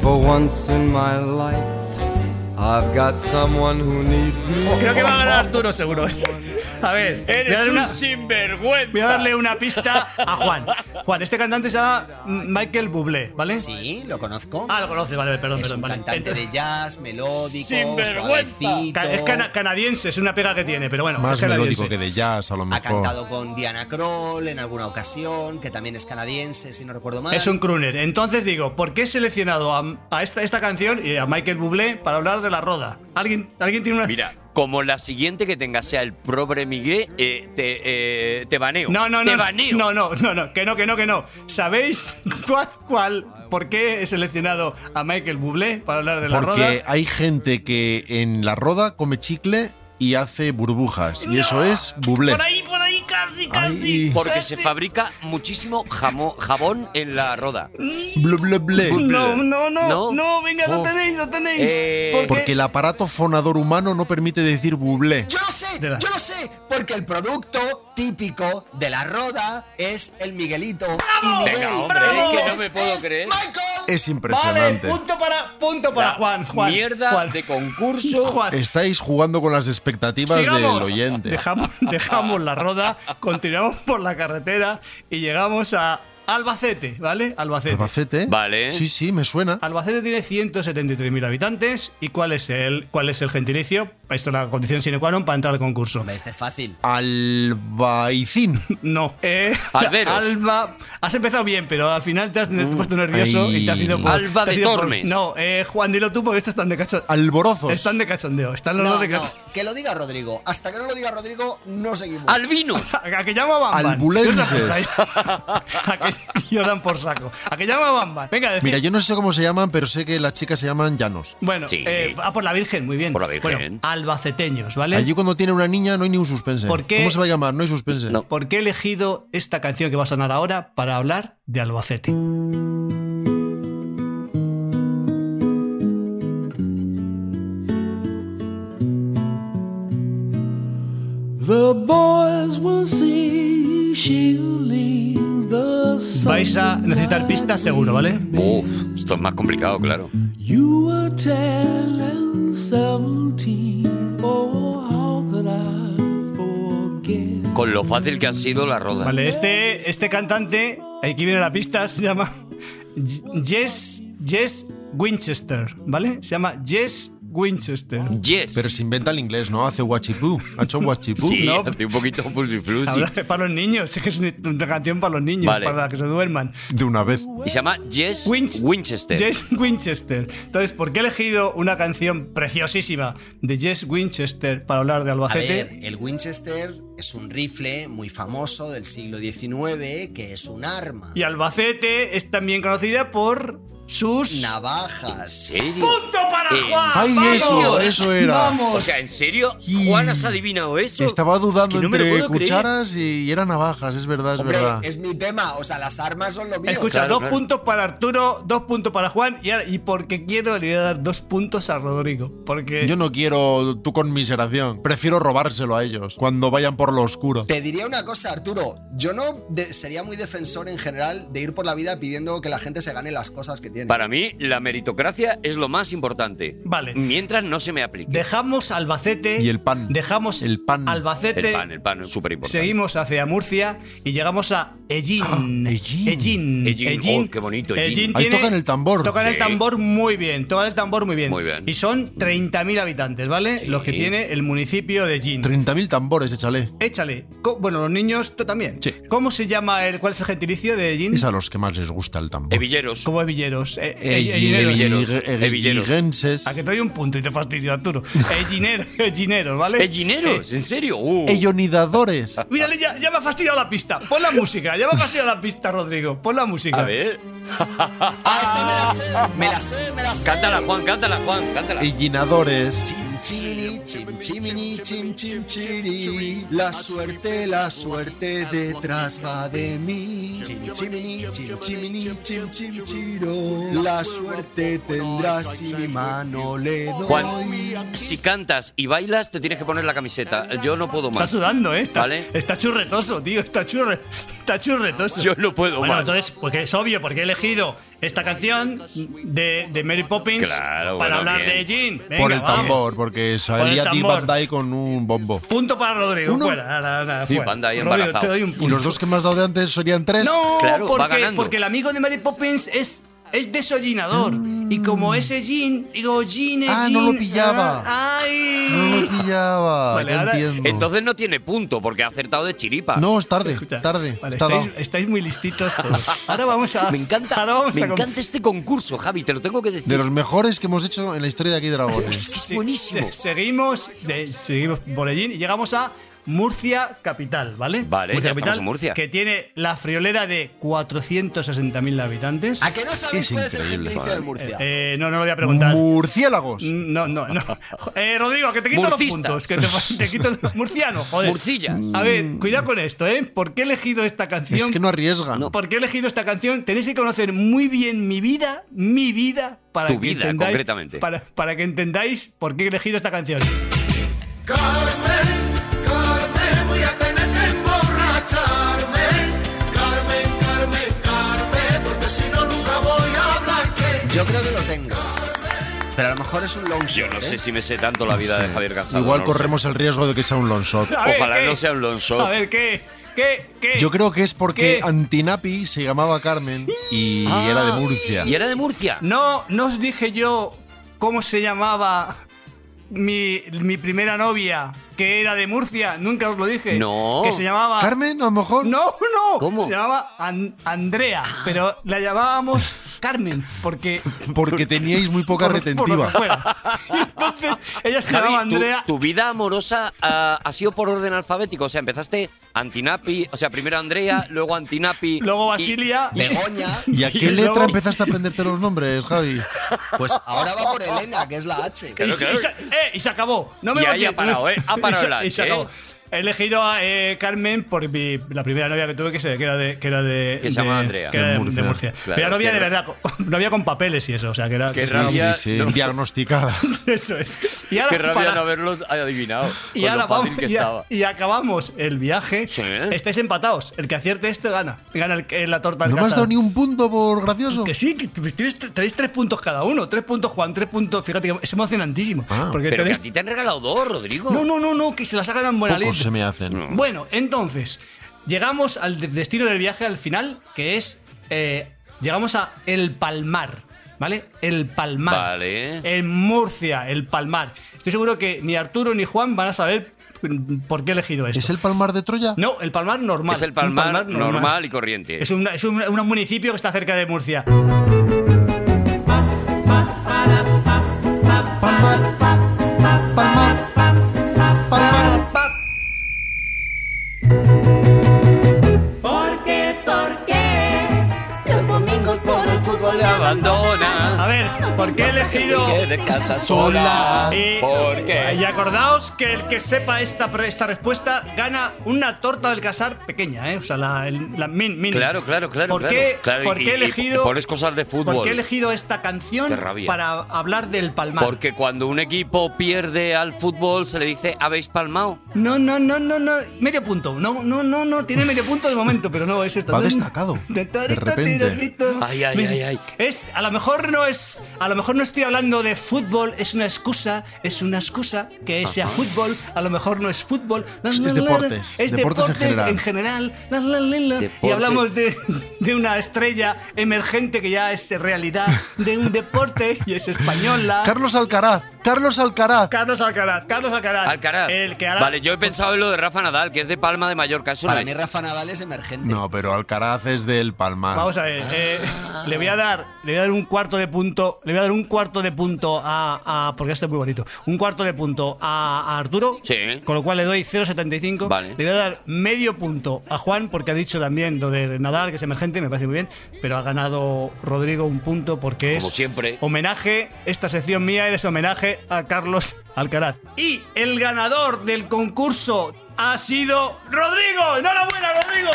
For once in my life, I've got someone who needs me. Creo que va a ganar Arturo, seguro. *laughs* A ver, voy a, darle una- sinvergüenza. voy a darle una pista a Juan. Juan, este cantante se llama Michael Bublé, ¿vale? Sí, lo conozco. Ah, lo conoce, vale, perdón, es perdón. un vale. cantante de jazz, melódico, Sinvergüenza. suavecito. Ca- Es cana- canadiense, es una pega que tiene, pero bueno, es Más canadiense. melódico que de jazz, a lo Ha mejor. cantado con Diana Kroll en alguna ocasión, que también es canadiense, si no recuerdo mal. Es un crooner. Entonces digo, ¿por qué he seleccionado a, a esta, esta canción y a Michael Bublé para hablar de la roda? ¿Alguien, ¿alguien tiene una.? Mira, como la siguiente que tenga sea el pobre migré, eh, te, eh, te baneo. No, no, no. Te baneo. No, no, no, no, que no, que no, que no. ¿Sabéis *laughs* cuál, cuál, por qué he seleccionado a Michael Bublé para hablar de la Porque roda? hay gente que en la roda come chicle y hace burbujas. Y eso es bublé. Por ahí, por ahí, casi, Ay. casi. Porque casi. se fabrica muchísimo jamo- jabón en la roda. Ble, ble, ble. No, no, no, No. no, venga, lo Oh. tenéis, lo tenéis. Eh, ¿Por qué? Porque el aparato fonador humano no permite decir bublé. Yo lo sé, De la- yo lo sé, porque el producto típico de la roda es el Miguelito. Y Miguel, Venga, hombre, ¿qué que no es? me puedo Es creer. Michael. Es Vale, impresionante. punto para, punto para La Juan, Juan. Mierda Juan. de concurso. Juan. Estáis jugando con las expectativas Sigamos. del oyente. Dejamos, *laughs* dejamos la roda, continuamos por la carretera y llegamos a Albacete, ¿vale? Albacete. Albacete. Vale. Sí, sí, me suena. Albacete tiene 173.000 habitantes. ¿Y cuál es el, cuál es el gentilicio Esto es la condición sine qua non para entrar al concurso. Hombre, este es fácil. Albaicín. *laughs* No. Eh, Alberos. Alba. Has empezado bien, pero al final te has te has puesto nervioso ay. y te has ido por. Alba te has de ido por- Tormes. no, eh, Juan, dilo tú porque estos están de cachondeo. Alborozos. Están de cachondeo. Están los No, dos de no, cachondeo. que lo diga Rodrigo. Hasta que no lo diga Rodrigo, no seguimos. Albino. A que llama Bamban. Albulenses. *laughs* A que lloran por saco. A que llama Bamban. Venga, decid. Mira, yo no sé cómo se llaman, pero sé que las chicas se llaman Llanos. Bueno, Sí. eh, ah, por la Virgen, muy bien. Por la Virgen. Bueno, albaceteños, ¿vale? Allí cuando tiene una niña no hay ningún suspense. ¿Por qué? ¿Cómo se va a llamar? No hay suspense. No. ¿Por qué he elegido esta canción que va a sonar ahora para hablar de Albacete? The boys will see she'll leave the Vais a necesitar pistas seguro, ¿vale? Uf, esto es más complicado, claro. You were ten and seventeen. Oh, how could I forget? Con lo fácil que ha sido la roda. Vale, este, este cantante, aquí viene la pista, se llama J- Jess, Jess Winchester, ¿vale? Se llama Jess Winchester. Yes. Pero se inventa el inglés, ¿no? Hace guachipú. Ha hecho guachipú. sí, no. hace un poquito pulsiflusi. Habla- para los niños, es que es una una canción para los niños, Vale. para que se duerman. De una vez. Y se llama Jess Winch- Winchester. Jess Winchester. Entonces, ¿por qué he elegido una canción preciosísima de Jess Winchester para hablar de A Albacete? ver, el Winchester es un rifle muy famoso del siglo XIX que es un arma. Y Albacete es también conocida por sus... Navajas. ¿En serio? ¡Punto para ¿En Juan! ¡Ay, serio? eso! Eso era. Eh, O sea, ¿en serio? ¿Juan has adivinado eso? Estaba dudando Es que no me lo entre puedo creer. cucharas y, y eran navajas, es verdad, es Hombre, verdad. es mi tema. O sea, las armas son lo mío. Escucha, Claro, dos claro. puntos para Arturo, dos puntos para Juan y, ahora- y porque quiero le voy a dar dos puntos a Rodrigo. Porque Yo no quiero tu conmiseración. Prefiero robárselo a ellos cuando vayan por lo oscuro. Te diría una cosa, Arturo. Yo no de- sería muy defensor en general de ir por la vida pidiendo que la gente se gane las cosas que tiene. Para mí, la meritocracia es lo más importante. Vale. Mientras no se me aplique. dejamos Albacete. Y el pan. Dejamos El pan. Albacete. el pan, el pan es súper importante. este Seguimos hacia Murcia y llegamos a Ellín. Ah, Ellín. Ellín. Ellín, oh, qué bonito, Ellín. Ahí tiene- tocan el tambor. Tocan el Sí. tambor muy bien. Tocan el tambor muy bien. Muy bien. Y son 30.000 habitantes, ¿vale? Sí. Los que tiene el municipio de Ellín. 30.000 tambores, échale. Échale. Co- Bueno, los niños tú también. Sí. ¿Cómo se llama el cuál es el gentilicio de Ellín? Es a los que más les gusta el tambor. Evilleros. Como Evilleros. Eh, eh, Egineros. Evilleros. e- Evilleros. Evilleros. A que te doy un punto y te *laughs* fastidio, Arturo. Eginero, Egineros, ¿vale? este ¿Ellineros? ¿En serio? Uh. e- Ellonidadores. *laughs* Mírale, ya, ya me ha fastidiado la pista. Pon la música, ya me ha fastidiado la pista, Rodrigo. Pon la música. A ver. ¡Ah, esta me la sé! ¡Me la sé, me la sé! Cántala, Juan, cántala, Juan, cántala. Ellinadores. Chim chimini, chim chimini, chim chim chiri. La suerte, la suerte detrás va de mí. Chim chimini, chim chimini, chim chim chiro. La suerte tendrás si mi mano le doy. Juan, si cantas y bailas, te tienes que poner la camiseta. Yo no puedo Está más. sudando, ¿eh? Está, Vale. está churretoso, tío. Está, churre, *laughs* está churretoso. Yo no puedo Bueno, más. entonces, porque es obvio, porque he elegido esta canción de, de Mary Poppins Claro, para bueno, hablar bien. de Jean. Venga, Por el vamos. tambor, porque salía Tim Van tambor. Dyke con un bombo. Punto para Rodrigo. Uno. Fuera, nada, nada, Sí, fuera. banda ahí Rodrigo, embarazado. te doy un Y punto. los dos que me has dado de antes serían tres. No, Claro, va porque, ganando. porque el amigo de Mary Poppins es, es desollinador. Y como ese Jean, digo, Jean, Ah, Jean, no lo pillaba. ah, ay. No lo pillaba. Vale, ah, ya ahora- ah, entiendo. Entonces no tiene punto, porque ha acertado de chiripa. no, es tarde. Escucha, tarde. vale, está estáis, dado. estáis muy listitos todos. Ahora vamos *laughs* a. Me encanta, ahora vamos me a com- encanta este concurso, Javi, te lo tengo que decir. De los mejores que hemos hecho en la historia de aquí *laughs* Dragones. Es Sí, buenísimo. se- seguimos, de- seguimos por allí y llegamos a Murcia Capital, ¿vale? Vale, ya estamos en Murcia. Que tiene la friolera de 460.000 habitantes. Ah, ¿A que no sabéis Es cuál es el increíble, gentilicio de Murcia? Eh, no, no lo voy a preguntar. Murciélagos. No, no, *laughs* no. Eh, Rodrigo, que te quito Murcista. los puntos. Que te, te quito *laughs* los- Murciano, joder. Murcillas. A ver, cuidado con esto, ¿eh? ¿Por qué he elegido esta canción? Es que no arriesgan. ¿Por qué he elegido esta canción? Tenéis que conocer muy bien mi vida, mi vida, para Tu que vida, entendáis, concretamente. Para, para que entendáis por qué he elegido esta canción. Yo creo que lo tengo. Pero a lo mejor es un long shot. Yo no sé ¿eh? si me sé tanto la vida de Javier Cansado. Igual no lo sé. corremos el riesgo de que sea un long shot. A ver, Ojalá ¿qué? no sea un long shot. A ver, ¿qué? ¿Qué? ¿Qué? Yo creo que es porque ¿Qué? Antinapi se llamaba Carmen y era de Murcia. ¿Y era de Murcia? No, no os dije yo cómo se llamaba mi, mi primera novia, que era de Murcia, nunca os lo dije. No. Que se llamaba. Carmen, a lo mejor. No, no. ¿Cómo? Ah. Se llamaba An- Andrea, pero la llamábamos Carmen, *laughs* porque. Porque teníais muy poca *laughs* por- por lo retentiva. que fuera. Entonces, ella se Javi, llamaba tu, Andrea. tu vida amorosa ah, ha sido por orden alfabético. O sea, empezaste Antinapi, o sea, primero *laughs* Andrea, luego Antinapi. Luego y- Basilia. Begoña, ¿Y a qué Y letra luego- empezaste a aprenderte los nombres, Javi? pues ahora va por Elena, que es la H. *laughs* Y, Claro, se- claro. y se- eh, y se acabó. No me Y lo ahí ha entiendo. parado, ¿eh? Ha parado *laughs* Y se- el y se H, acabó. ¿eh? He elegido a eh, Carmen por mi- la primera novia que tuve que, se, que era de. Que, era de, Que se llama de- Andrea. que era De de Murcia. de Murcia. Claro, Pero novia qué de ra- verdad, con, *laughs* novia con papeles y eso. O sea, que era. Qué sí, rabia. Sí, sí, no. *laughs* Diagnosticada. Eso es. Y ahora, Qué rabia para- no haberlos adivinado. *laughs* y con ahora lo fácil vamos- que y a- estaba. y acabamos el viaje. Sí. Estáis empatados. El que acierte este gana. Gana el, que- la torta al No me has casado. dado ni un punto por gracioso. Que sí, que tenéis, tenéis tres puntos cada uno. Tres puntos Juan, tres puntos. Fíjate que es emocionantísimo. Ah. porque Pero que tenéis- a ti te han regalado dos, Rodrigo. No, no, no, no, que se la sacan en buena Pocos leche. se me hacen. Bueno, entonces, llegamos al de- destino del viaje al final, que es. eh, llegamos a El Palmar, ¿vale? El Palmar. Vale. En Murcia, El Palmar. Estoy seguro que ni Arturo ni Juan van a saber mm, por qué he elegido esto. ¿Es el palmar de Troya? No, el Palmar normal. Es el Un palmar, normal. y corriente. Es, una- es un, un municipio que está cerca de Murcia. Palmar. Palmar. Palmar. Porque, porque los domingos por el fútbol le A abandona. ver, ¿por qué he elegido.? Que de casa sola. Eh, ¿Por qué? Y acordaos que el que sepa esta, pre- esta respuesta gana una torta del casar pequeña, ¿eh? O sea, la, el- la min, mini. Claro, claro, claro. ¿Por claro. qué, Claro, y- por qué he y- y elegido, pones cosas de fútbol. por qué he elegido esta canción Qué rabia. para hablar del palmar? Porque cuando un equipo pierde al fútbol se le dice habéis palmado. No, no, no, no, no. Medio punto. No, no, no, no. Tiene medio punto de momento, pero no, es esta. Va destacado, de repente. Ay, ay, ay, ay. Es, a lo mejor no es. A lo mejor no estoy hablando de fútbol, es una excusa, es una excusa que sea fútbol, a lo mejor no es fútbol. La, Ah. Es- la, es la, la. deportes, Es deportes en deporte general. en general. La, la, la, la. Deporte. Y hablamos de, de una estrella emergente que ya es realidad, de un deporte y es española. *laughs* Carlos Alcaraz. Carlos Alcaraz. Carlos Alcaraz, Carlos Alcaraz. Alcaraz. El que hará Vale, yo he pensado en lo de Rafa Nadal, que es de Palma de Mallorca. Eso Para no mí es. Rafa Nadal es emergente. No, pero Alcaraz es del Ah. palmar. Vamos a ver, eh, le voy a dar, le voy a dar un cuarto de punto, le voy a dar un cuarto de punto a, a- porque este es muy bonito, un cuarto de punto a, a Arturo, Sí. con lo cual le doy 0.75, Vale. le voy a dar medio punto a Juan porque ha dicho también lo de Nadal que es emergente, me parece muy bien, pero ha ganado Rodrigo un punto porque Como es siempre. homenaje, esta sección mía es homenaje a Carlos Alcaraz y el ganador del concurso ha sido Rodrigo, enhorabuena Rodrigo.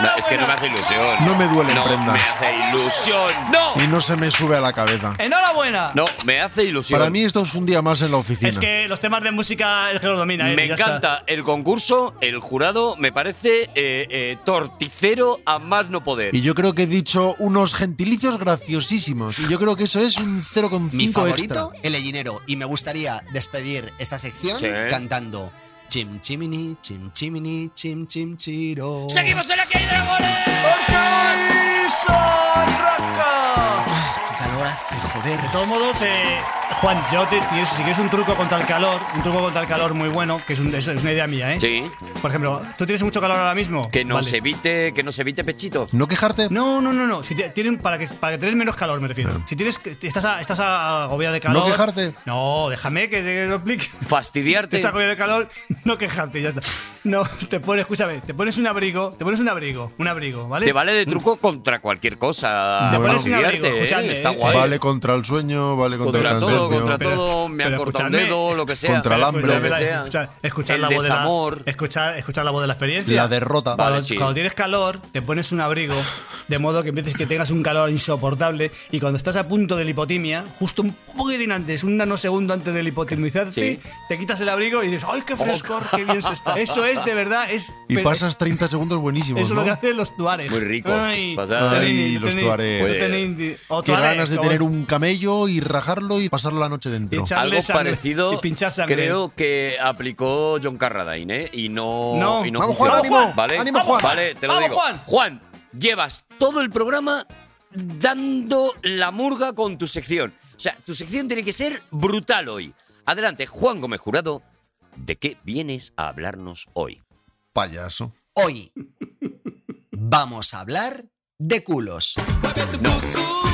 No, es que no me enhorabuena. hace ilusión. No me duelen No me prendas. hace ilusión. No. Y no se me sube a la Eh, cabeza. ¡Enhorabuena! No, me hace ilusión. Para mí esto es un día más en la oficina. Es que los temas de música el que los domina. eh, Me ya encanta el concurso, el jurado me parece eh, eh, torticero a más no poder. Y yo creo que he dicho unos gentilicios graciosísimos. Y yo creo que eso es un 0,5 Mi extra. favorito, el gallinero. Y me gustaría despedir esta sección Sí. cantando Chim chimini, chim chimini, chim chim chiro. ¡Seguimos en la que hay dragones! Ah, ¡Qué calor hace, joder! De todos modos, eh, Juan, yo te, te- si quieres un truco contra el calor, un truco contra el calor muy bueno, que es, un- es- es una idea mía, ¿eh? Sí. Por ejemplo, ¿tú tienes mucho calor ahora mismo? Que nos Vale. evite, que nos evite pechito. ¿No quejarte? No, No, no, no, no. Si te- tienen, para, que, para que tenés menos calor, me refiero. Ah. Si tienes, que- estás, a- estás a- agobiado de calor. quejarte. No, déjame que te lo explique. *laughs* Fastidiarte. Está cogido de calor, no quejarte, ya está. No, te pones, escúchame, te pones un abrigo, te pones un abrigo, un abrigo, ¿vale? Te vale de truco contra cualquier cosa. Te pones un Fastidiarte, abrigo, ¿eh? escuchadme, Está ¿eh? guay. Vale contra el sueño, vale contra, contra el todo, cansancio. contra Pero- todo. Me han pero cortado un escúchame. dedo, lo que sea. Contra el hambre. Lo que Escuchar, sea. escuchar- escuchar el la voz de la- desamor. escuchar, escuchar la voz de la experiencia. La derrota. Vale. Cuando, sí. cuando tienes calor, te pones un abrigo, de modo que empieces que tengas un calor insoportable. Y cuando estás a punto de la hipotimia, justo un poquitín antes, un nanosegundo antes de la hipotimizarte, Sí. te quitas el abrigo y dices, ¡ay, qué frescor! ¡Qué bien se está! Eso es, de verdad, es. *laughs* Y pero- pasas 30 segundos buenísimos, Eso es ¿no? lo que hacen los tuares. Muy rico. Ay, Pasar- Ay, los tuares. no tenéis- o Qué tuares, ganas de o- tener un camello y rajarlo y pasarlo la noche y dentro. echarle Algo sangre, y parecido pinchar sangre. creo que aplicó John Carradine, ¿eh? Y no. No. y no Vamos, Juan, funcionó, ánimo, ¿vale? ánimo, Juan. Vale, te lo Vamos, digo. Juan. llevas todo el programa dando la murga con tu sección. O sea, tu sección tiene que ser brutal hoy. Adelante, Juan Gómez Jurado, ¿de qué vienes a hablarnos hoy? Payaso. Hoy vamos a hablar de culos.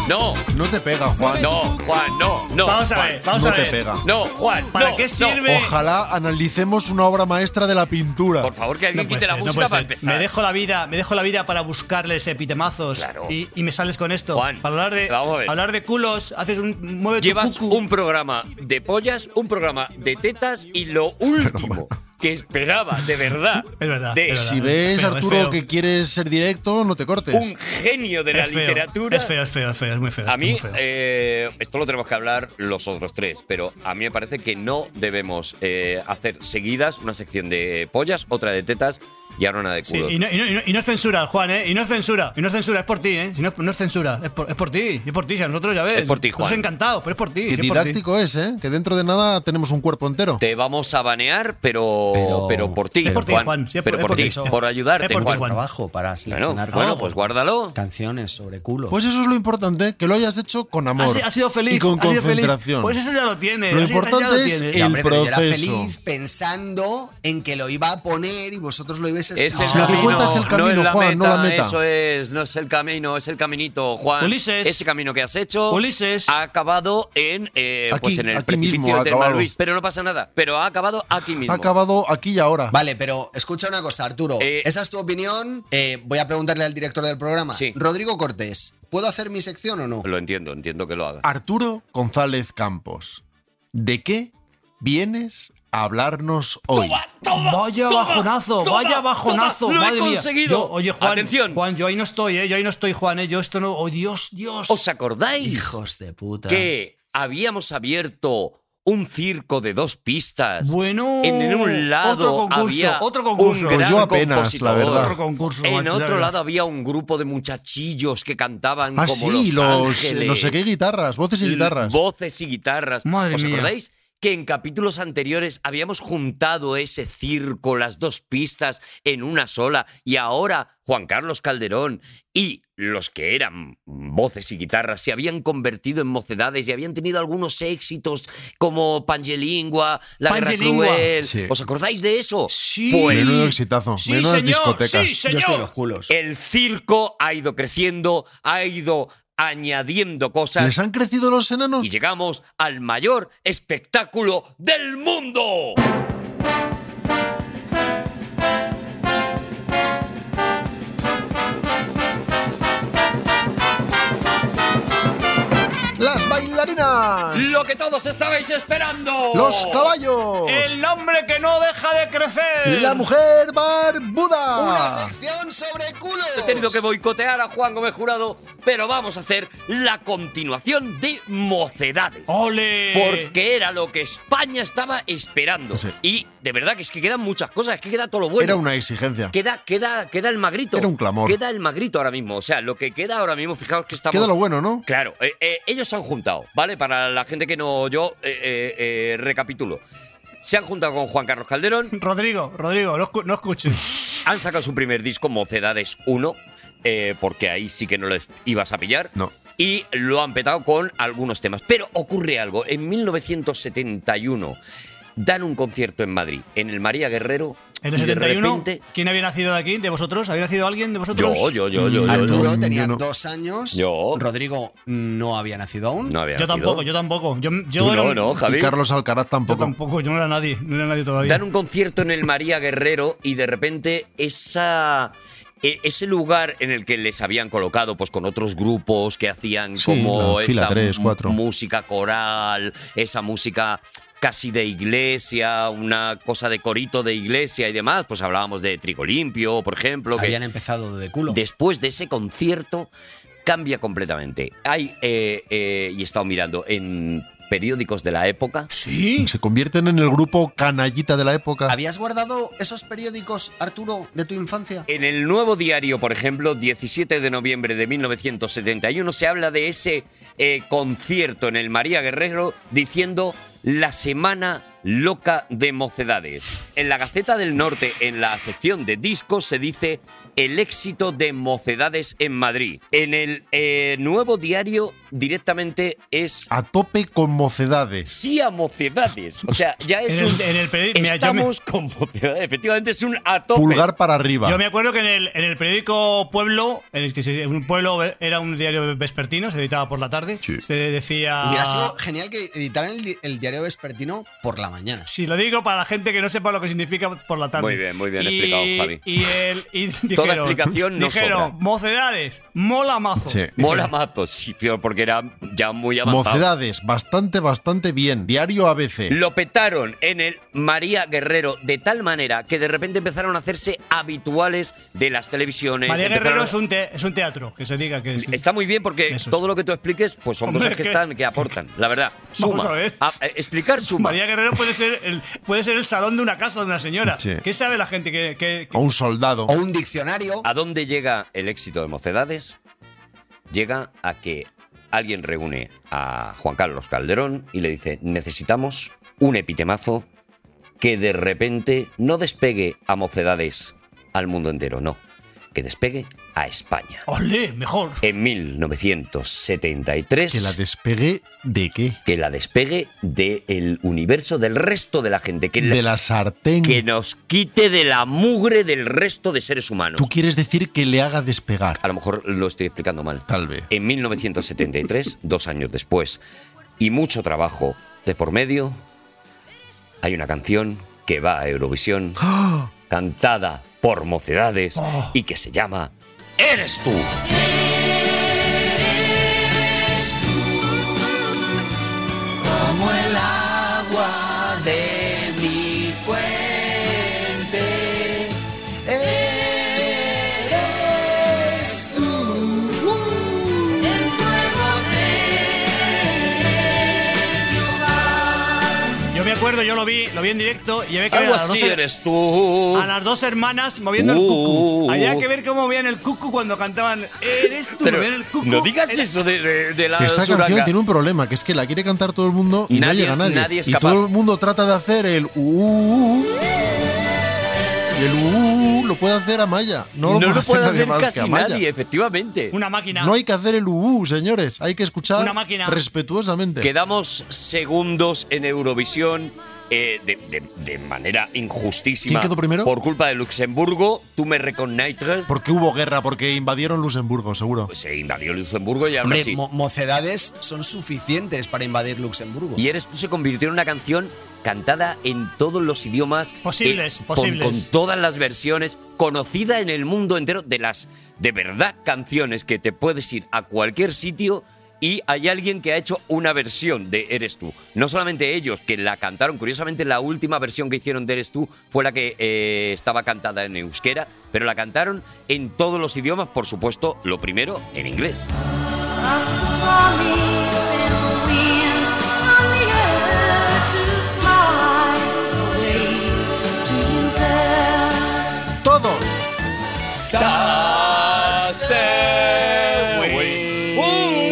No, No te pega, Juan. no, Juan, no, no. Vamos a Juan, ver, vamos no a te ver. pega. No, Juan, ¿Para no, qué no. sirve? Ojalá analicemos una obra maestra de la pintura. Por favor, que alguien No puede quite la ser, no música puede para ser. empezar. Me dejo la vida, me dejo la vida para buscarles epitemazos Claro. y, y me sales con esto. Juan, para hablar de vamos a ver. hablar de culos, haces un mueve tu Llevas cucu. un programa de pollas, un programa de tetas y lo último que esperaba, de verdad, *laughs* Es verdad, de es verdad. Si ves, Es feo, es Arturo, feo. que quieres ser directo, no te cortes. un genio de la Es feo, literatura. Es feo, es feo, es feo, es muy feo. A es muy mí, feo. eh, esto lo tenemos que hablar los otros tres, pero a mí me parece que no debemos eh, hacer seguidas una sección de pollas, otra de tetas y ahora una de Sí, culos. y, no, y no- y no- y no es censura, Juan, ¿eh? Y no es censura, y no es censura, es por ti, ¿eh? Si no, no es censura, es por, es por ti, es por ti, si a nosotros ya ves. Es por ti, Juan. Nos encantado, pero es por ti. Que sí, es por ti. didáctico es, ¿eh? Que dentro de nada tenemos un cuerpo entero. Te vamos a banear, pero, pero, Pero- por ti, Es por ti, Juan. Juan, sí, es pero por- es por por ti, ti. por ayudarte, Es por ti, Juan. Juan. Trabajo para Bueno, seleccionar bueno, ¿no? pues guárdalo. canciones sobre culos. Pues eso es lo importante, que lo hayas hecho con Ha, amor. si- ha sido feliz. Y con ha sido feliz. concentración. Pues eso ya lo tienes. Lo así- ya importante lo es tienes. el- Ya, hombre, pero yo era proceso. feliz pensando en que lo iba a poner y vosotros lo ibais a Es el O sea, lo que camino, cuenta es el no es camino, la Juan, no meta, la meta. Eso es, no es el camino, es el caminito, Juan. Ulises. Ese camino que has hecho Ulises. ha acabado en, eh, Aquí, pues en el aquí precipicio mismo ha de Mar acabado. Luis, pero no pasa nada. Pero ha acabado aquí mismo. Ha acabado aquí y ahora. Vale, pero escucha una cosa, Arturo. Eh, Esa es tu opinión. Eh, voy a preguntarle al director del programa. Sí. Rodrigo Cortés, ¿puedo hacer mi sección o no? Lo entiendo, entiendo que lo Ah, haga. Arturo González Campos. ¿De qué vienes a hablarnos hoy? Vaya bajonazo, toma, vaya bajonazo, toma, lo he madre mía. conseguido. Yo- oye, Juan, Atención. Juan, yo ahí no estoy, eh, yo ahí no estoy, Juan, eh, yo esto no, oh Dios, Dios. ¿Os acordáis Hijos de puta. que habíamos abierto un circo de dos pistas? bueno, en un lado otro concurso, había otro concurso, un gran Pues yo apenas, la compositor. verdad. otro concurso. En macho, otro ya lado había un grupo de muchachillos que cantaban Ah, como sí, los, los, ángeles. no sé qué guitarras, voces y guitarras. Voces y guitarras. Madre ¿Os mía. acordáis? Que en capítulos anteriores habíamos juntado ese circo, las dos pistas, en una sola. Y ahora Juan Carlos Calderón y los que eran voces y guitarras se habían convertido en mocedades y habían tenido algunos éxitos como Pangelingua, La Pangelingua. Guerra Cruel. Sí. ¿Os acordáis de eso? Sí. Pues Menudo exitazo, Sí, menudas señor, discotecas. sí, Yo estoy en señor. los culos. el circo ha ido creciendo, ha ido añadiendo cosas ¿Les han crecido los enanos? y llegamos al mayor espectáculo del mundo. ¡Las bailarinas! Lo que todos estabais esperando. ¡Los caballos! El hombre que no deja de crecer. ¡La mujer barbuda! Una sección sobre culos. He tenido que boicotear a Juan Gómez Jurado, pero vamos a hacer la continuación de Mocedades. Oh. Ole. Porque era lo que España estaba esperando. Sí. Y de verdad que es que quedan muchas cosas, es que queda todo lo bueno. Era una exigencia. Queda, queda, queda el magrito. Era un clamor. Queda el magrito ahora mismo. O sea, lo que queda ahora mismo, fijaos que estamos. Queda lo bueno, ¿no? Claro, eh, eh, ellos se han juntado, ¿vale? Para la gente que no yo eh, recapitulo. Se han juntado con Juan Carlos Calderón, Rodrigo, Rodrigo, no, escu- *laughs* no escuches. han sacado su primer disco, Mocedades 1, eh, porque ahí sí que no les ibas a pillar. No. Y lo han petado con algunos temas. Pero ocurre algo. En 1971 dan un concierto en Madrid, en el María Guerrero. En el y de 71, repente. ¿quién había nacido de aquí? ¿De vosotros? ¿Había nacido alguien de vosotros? Yo, yo, yo, yo, yo. Arturo yo no. tenía Yo no. dos años. Yo. Rodrigo no había nacido aún. No había Yo nacido. tampoco, yo tampoco. Yo, yo Tú era no, un- no, Javi. Y Carlos Alcaraz Yo tampoco. tampoco, yo no era nadie, no era nadie todavía. Dan un concierto en el María Guerrero y de repente esa, e- ese lugar en el que les habían colocado pues con otros grupos que hacían Sí, como la fila esa tres, m- cuatro. música coral, esa música casi de iglesia, una cosa de corito de iglesia y demás, pues hablábamos de Trigo Limpio, por ejemplo, que Habían empezado de culo. después de ese concierto cambia completamente. Hay, eh, eh, y he estado mirando en periódicos de la época, Sí. Se convierten en el grupo canallita de la época. ¿Habías guardado esos periódicos, Arturo, de tu infancia? En el nuevo diario, por ejemplo, 17 de noviembre de 1971, se habla de ese eh, concierto en el María Guerrero diciendo la semana loca de mocedades. En la Gaceta del Norte, en la sección de discos, se dice el éxito de mocedades en Madrid. En el eh, nuevo diario directamente es A tope con mocedades. sí a mocedades. O sea, ya es En el- un. en el peri- mira, yo me- estamos con mocedades. Efectivamente, es un a tope. Pulgar para arriba. Yo me acuerdo que en el, en el periódico Pueblo, en el que se- un pueblo eh, era un diario vespertino, se editaba por la tarde, se decía... Hubiera Ah. sido genial que editaran el, di- el diario vespertino por la mañana. Si lo digo para la gente que no sepa lo que significa por la tarde. Muy bien, muy bien explicado, Javi. Y, el, *laughs* y dijeron, Toda explicación no dijeron, sobra. mocedades, mola mazo. Sí. Mola mato, sí, tío, porque era ya muy avanzado. Mocedades, bastante, bastante bien. Diario ABC. Lo petaron en el María Guerrero de tal manera que de repente empezaron a hacerse habituales de las televisiones. María Guerrero empezaron- es un, te- es un teatro, que se diga que es... Está muy bien porque Eso es. todo lo que tú expliques, pues son Hombre, cosas que ¿qué? están, que aportan, la verdad. Suma. Vamos a ver. eh, explicar suma. María Guerrero puede ser, el, puede ser el salón de una casa de una señora. Sí. ¿Qué sabe la gente que, que- que- O un soldado. O un diccionario. ¿A dónde llega el éxito de Mocedades? Llega a que alguien reúne a Juan Carlos Calderón y le dice, necesitamos un epitemazo que de repente no despegue a Mocedades al mundo entero, no, que despegue a España. Oh. ¡Olé! Mejor. En 1973... Que la despegué de qué? que la despegue del universo, del resto de la gente, que, la- De la sartén. que nos quite de la mugre del resto de seres humanos. Tú quieres decir que le haga despegar. A lo mejor lo estoy explicando mal. Tal vez. En 1973, dos años después, y mucho trabajo de por medio, hay una canción que va a Eurovisión, ¡Ah! cantada por mocedades y que se llama Eres tú. Como el agua de mi fuente. Eres tú. Yo me acuerdo, yo lo vi, lo vi en directo y había que ver Algo a las, dos, así eres tú. a las dos hermanas moviendo el Uh, cucu. uh, Había uh. que ver cómo movían el cucu cuando cantaban Eres tú, Pero movían el cucu. no digas Era- eso de, de- de la Esta suranga. canción tiene un problema, que es que la quiere cantar todo el mundo y Nadie- no llega nadie. nadie es y capaz. todo el mundo trata de hacer el uh, uh, uh. y el uh, uh, uh, lo puede hacer Amaya. No lo no puede lo hacer, puede nadie hacer más que casi Amaya. nadie, efectivamente. Una máquina. No hay que hacer el uh, uh, señores. Hay que escuchar Una máquina. respetuosamente. Quedamos segundos en Eurovisión eh, de, de- de manera injustísima. ¿Quién quedó primero? Por culpa de Luxemburgo, tú me reconnaîtres. Porque hubo guerra, porque invadieron Luxemburgo, seguro. Pues se invadió Luxemburgo y ahora Hombre, sí. mo- mocedades son suficientes para invadir Luxemburgo. Y Eres tú se convirtió en una canción cantada en todos los idiomas. eh, Posibles, con- posibles. Con, todas las versiones, conocida en el mundo entero, de las de verdad canciones que te puedes ir a cualquier sitio y hay alguien que ha hecho una versión de Eres tú. No solamente ellos, que la cantaron, curiosamente la última versión que hicieron de Eres tú fue la que eh, estaba cantada en euskera, pero la cantaron en todos los idiomas, por supuesto, lo primero en inglés. ¡Todos!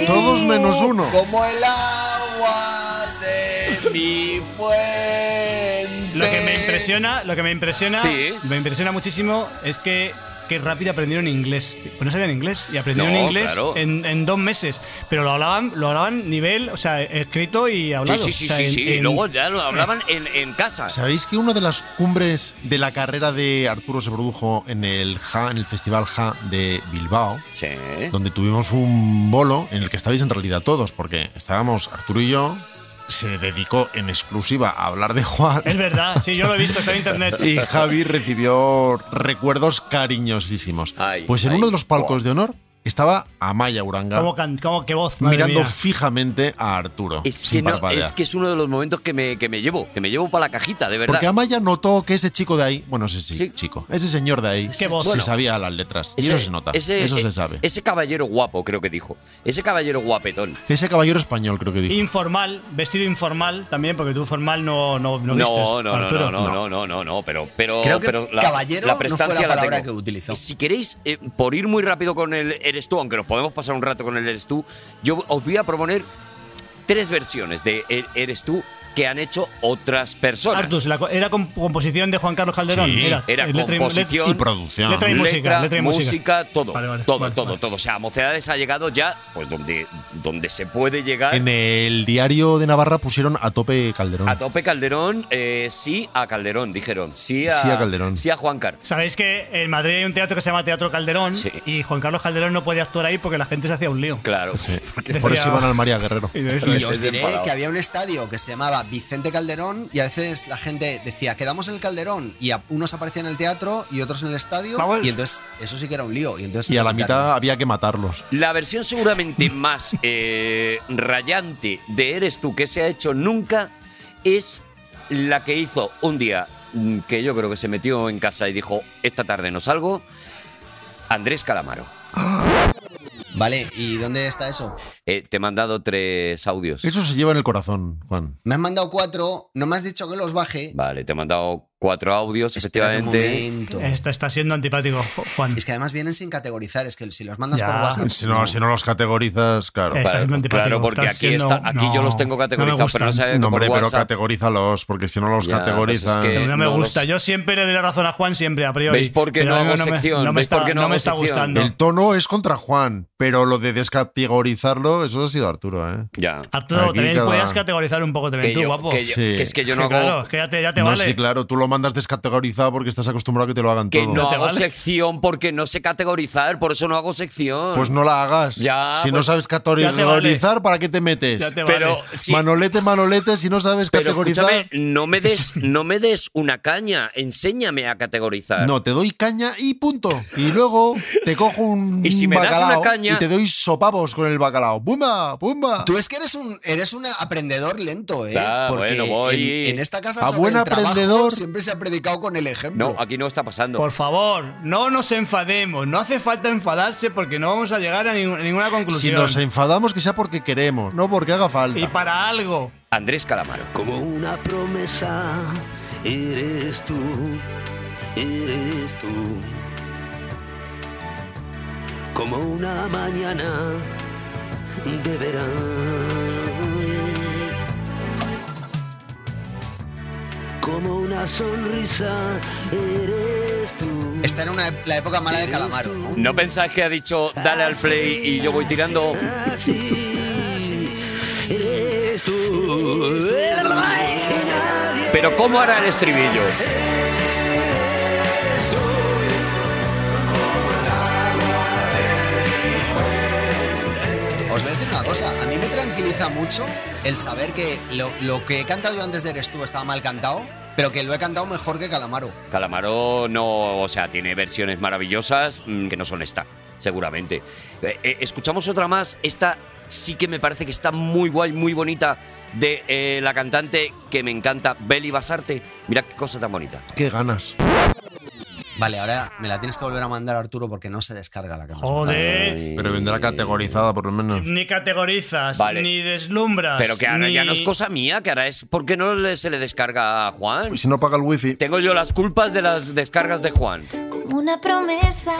Todos menos uno. Como el agua de mi fuente. Lo que me impresiona, lo que me impresiona, Sí. me impresiona muchísimo es que qué rápido aprendieron inglés. tío. Pues no sabían inglés y aprendieron No, inglés claro. en, en dos meses. Pero lo hablaban, lo hablaban nivel, o sea, escrito y hablado. Sí, sí, sí, O sea, sí, en- sí. en- eh. Luego ya lo hablaban en, en casa. ¿Sabéis que una de las cumbres de la carrera de Arturo se produjo en el Ja, en el Festival Ja de Bilbao? Sí. donde tuvimos un bolo en el que estabais en realidad todos, porque estábamos Arturo y yo, se dedicó en exclusiva a hablar de Juan. Es verdad, sí, yo lo he visto, está *laughs* en internet. Y Javi recibió recuerdos cariñosísimos. Ay, pues en ay, oh. uno de los palcos Juan. de honor estaba Amaya Uranga ¿Cómo, can- cómo- qué voz, madre mirando mía. fijamente a Arturo. Es que, sin no- parpadear. es que es uno de los momentos que me, que me llevo, que me llevo para la cajita, de verdad. Porque Amaya notó que ese chico de ahí, bueno, ese sí, Sí. chico, ese señor de ahí, Qué voz. se Bueno. sabía las letras. Y Ese- eso se nota, ese- eso se e- sabe. Ese caballero guapo, creo que dijo. Ese caballero guapetón. Ese caballero español creo que dijo. Informal, vestido informal también, porque tú formal no, no, No, no vistes. no, no, no, Arturo. no, no, no, no, no, pero, pero, Creo que pero caballero no fue la palabra tengo. que utilizó. Si queréis, eh, por ir muy rápido con el Eres tú, aunque nos podemos pasar un rato con el Eres tú, yo os voy a proponer tres versiones de E- Eres tú que han hecho otras personas. Artus, la co- era comp- composición de Juan Carlos Calderón. Sí, era era eh, letra y- composición Y producción. Letra y música, letra, letra y música. música, todo, Vale, vale, todo, vale, todo, vale. todo. O sea, Mocedades ha llegado ya, pues donde, donde se puede llegar. En el diario de Navarra pusieron a tope Calderón. A tope Calderón, eh, sí a Calderón, dijeron. Sí a, Sí a Calderón. Sí a Juan Carlos. Sabéis que en Madrid hay un teatro que se llama Teatro Calderón Sí. y Juan Carlos Calderón no podía actuar ahí porque la gente se hacía un lío. Claro. *laughs* Porque- Por decía- eso iban al María Guerrero. Y de eso- Y Ese os es bien diré parado. que había un estadio que se llamaba Vicente Calderón y a veces la gente decía, quedamos en el Calderón y a- unos aparecían en el teatro y otros en el estadio Vamos. y entonces eso sí que era un lío. Y, entonces Y a la lo quitaron. mitad había que matarlos. La versión seguramente *laughs* más eh, rayante de Eres tú que se ha hecho nunca es la que hizo un día mm, que yo creo que se metió en casa y dijo, esta tarde no salgo, Andrés Calamaro. Vale, ¿y dónde está eso? Eh, te he mandado tres audios. Eso se lleva en el corazón, Juan. Me han mandado cuatro, no me has dicho que los baje. Vale, te he mandado cuatro audios, Espérate un efectivamente. momento. Esta está siendo antipático, Juan. Es que además vienen sin categorizar, es que si los mandas Ya. por WhatsApp. Si no, si no los categorizas, claro. Eh, Estás siendo Claro, antipático, claro, porque estás aquí, siendo- está, aquí yo no, los tengo no me categorizados, pero no gustan. sabía que No, hombre, por pero WhatsApp- categorízalos, porque si no los Ya, categorizan. pues es que- no me no gusta. los- Yo siempre le doy la razón a Juan, siempre, a priori. ¿Veis por qué Pero no a mí hago me- sección? No me ¿Veis está, por qué no me hago está sección? gustando. El tono es contra Juan, pero lo de descategorizarlo, eso ha sido Arturo, ¿eh? Ya. Arturo, Aquí también cada- podías categorizar un poco también Que tú, yo- guapo. que yo- Sí. que es que yo no hago. Claro, es que ya te, ya te no, vale. sí, claro, tú lo mandas descategorizado porque estás acostumbrado a que te lo hagan Que todo. no, te hago vale. sección porque no sé categorizar, por eso no hago sección. Pues no la hagas. Ya, si no pues- sabes Ya te categorizar, vale. ¿para qué te metes? Ya te pero vale. sí, Manolete, manolete, si no sabes pero categorizar. escúchame, no me *laughs* des, no me des una caña, enséñame a categorizar. No, te doy caña y punto. Y luego te cojo un Y si me das una bacalao caña- y te doy sopapos con el bacalao. ¡Pumba! ¡Pumba! Tú es que eres un eres un aprendedor lento, ¿eh? Ah, Porque bueno, voy. En, en esta casa A sobre buen el trabajo aprendedor. siempre se ha predicado con el ejemplo. No, aquí no está pasando. Por favor, no nos enfademos. No hace falta enfadarse porque no vamos a llegar a, ningún- a ninguna Si conclusión. nos enfadamos, que sea porque queremos, no porque haga falta. y para algo. Andrés Calamaro. Como una promesa, eres tú, eres tú. Como una mañana de verano. Como una sonrisa, eres tú. Esta era una, la época mala de Calamaro, ¿no? ¿No pensáis que ha dicho dale al play y yo voy tirando? Así eres tú. Pero ¿cómo hará el estribillo? Os voy a decir una cosa, a mí me tranquiliza mucho el saber que lo, lo que he cantado yo antes de Eres tú estaba mal cantado, pero que lo he cantado mejor que Calamaro. Calamaro no, o sea, tiene versiones maravillosas mm, que no son esta, seguramente. Eh, eh, escuchamos otra más, esta sí que me parece que está muy guay, muy bonita, de eh, la cantante que me encanta, Beli Basarte. Mira qué cosa tan bonita. Qué ganas. Vale, ahora me la tienes que volver a mandar Arturo porque no se descarga la cámara. Joder. Pero vendrá categorizada, por lo menos. Ni categorizas, Vale. ni deslumbras. Pero que ahora Pues ni- ya no es cosa mía, que ahora es porque no le- se le descarga a Juan. Si no paga el wifi. Tengo yo las culpas de las descargas de Juan. Como una promesa,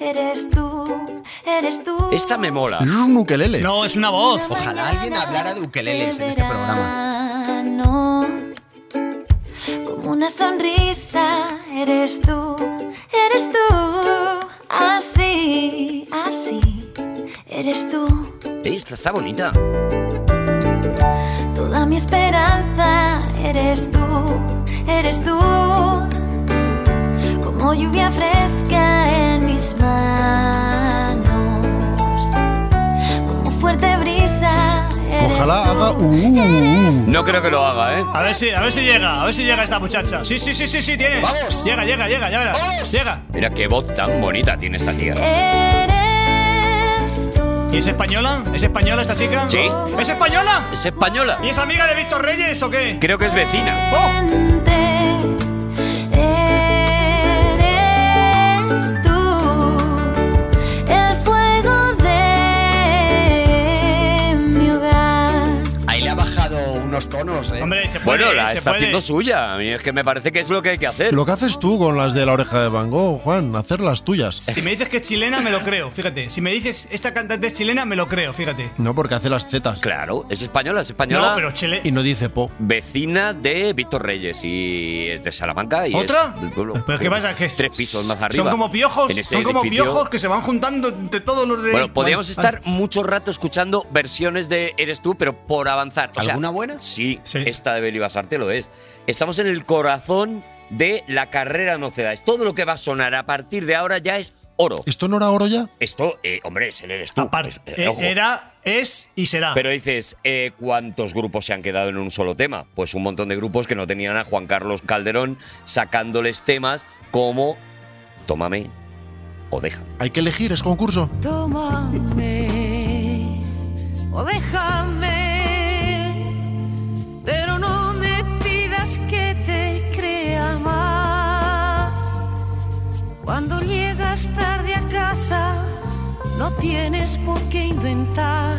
eres tú, eres tú. Esta me mola. Es un ukelele. No, es una voz. Ojalá alguien hablara de ukeleles en este programa. No. Como una sonrisa, eres tú, eres tú. Así, así, eres tú. Esta está bonita. Toda mi esperanza, eres tú, eres tú. Como lluvia fresca en mis manos. Como fuerte brisa, eres Ojalá tú. haga. Uh, uh, uh. No creo que lo haga, ¿eh? A ver si, a ver si llega, a ver si llega esta muchacha. Sí, sí, sí, sí, sí, tiene. ¡Vamos! Llega, llega, llega, ya verás. ¡Vamos! Llega. Mira qué voz tan bonita tiene esta tía. Eres tú. ¿Y es española? ¿Es española esta chica? Sí. ¿Es española? ¿Es española? ¿Y es amiga de Víctor Reyes o qué? Creo que es vecina. Oh. Eres tú el fuego de mi hogar. Ahí le ha bajado unos los tonos, ¿eh? Hombre, se puede, Bueno, la se está puede. haciendo suya. A mí es que me parece que es lo que hay que hacer. Lo que haces tú con las de la oreja de Van Gogh, Juan, hacer las tuyas. Si me dices que es chilena, me lo creo, fíjate. Si me dices esta cantante es chilena, me lo creo, fíjate. No, porque hace las zetas. Claro, es española, es española. No, pero chile. Y no dice po. Vecina de Víctor Reyes y es de Salamanca. Y es ¿Otra? del pueblo. Pero ¿qué pasa? Que tres pisos más arriba. Son como piojos, En ese son como edificio- piojos que se van juntando de todos los de. Bueno, podríamos Vale, estar mucho rato escuchando versiones de Eres tú, pero por avanzar. O sea, ¿Alguna buena? Sí, Sí. esta de Beli Basarte lo es. Estamos en el corazón de la carrera de mocedades. Todo lo que va a sonar a partir de ahora ya es oro. ¿Esto no era oro ya? Esto, eh, hombre, es el Eres tú. vale. Aparte, Es- eh, eh, ojo. era, es y será. Pero dices, eh, ¿cuántos grupos se han quedado en un solo tema? Pues un montón de grupos que no tenían a Juan Carlos Calderón sacándoles temas como Tómame o Déjame. Hay que elegir, es concurso. Tómame o déjame, pero no me pidas que te crea más. Cuando llegas tarde a casa, no tienes por qué inventar,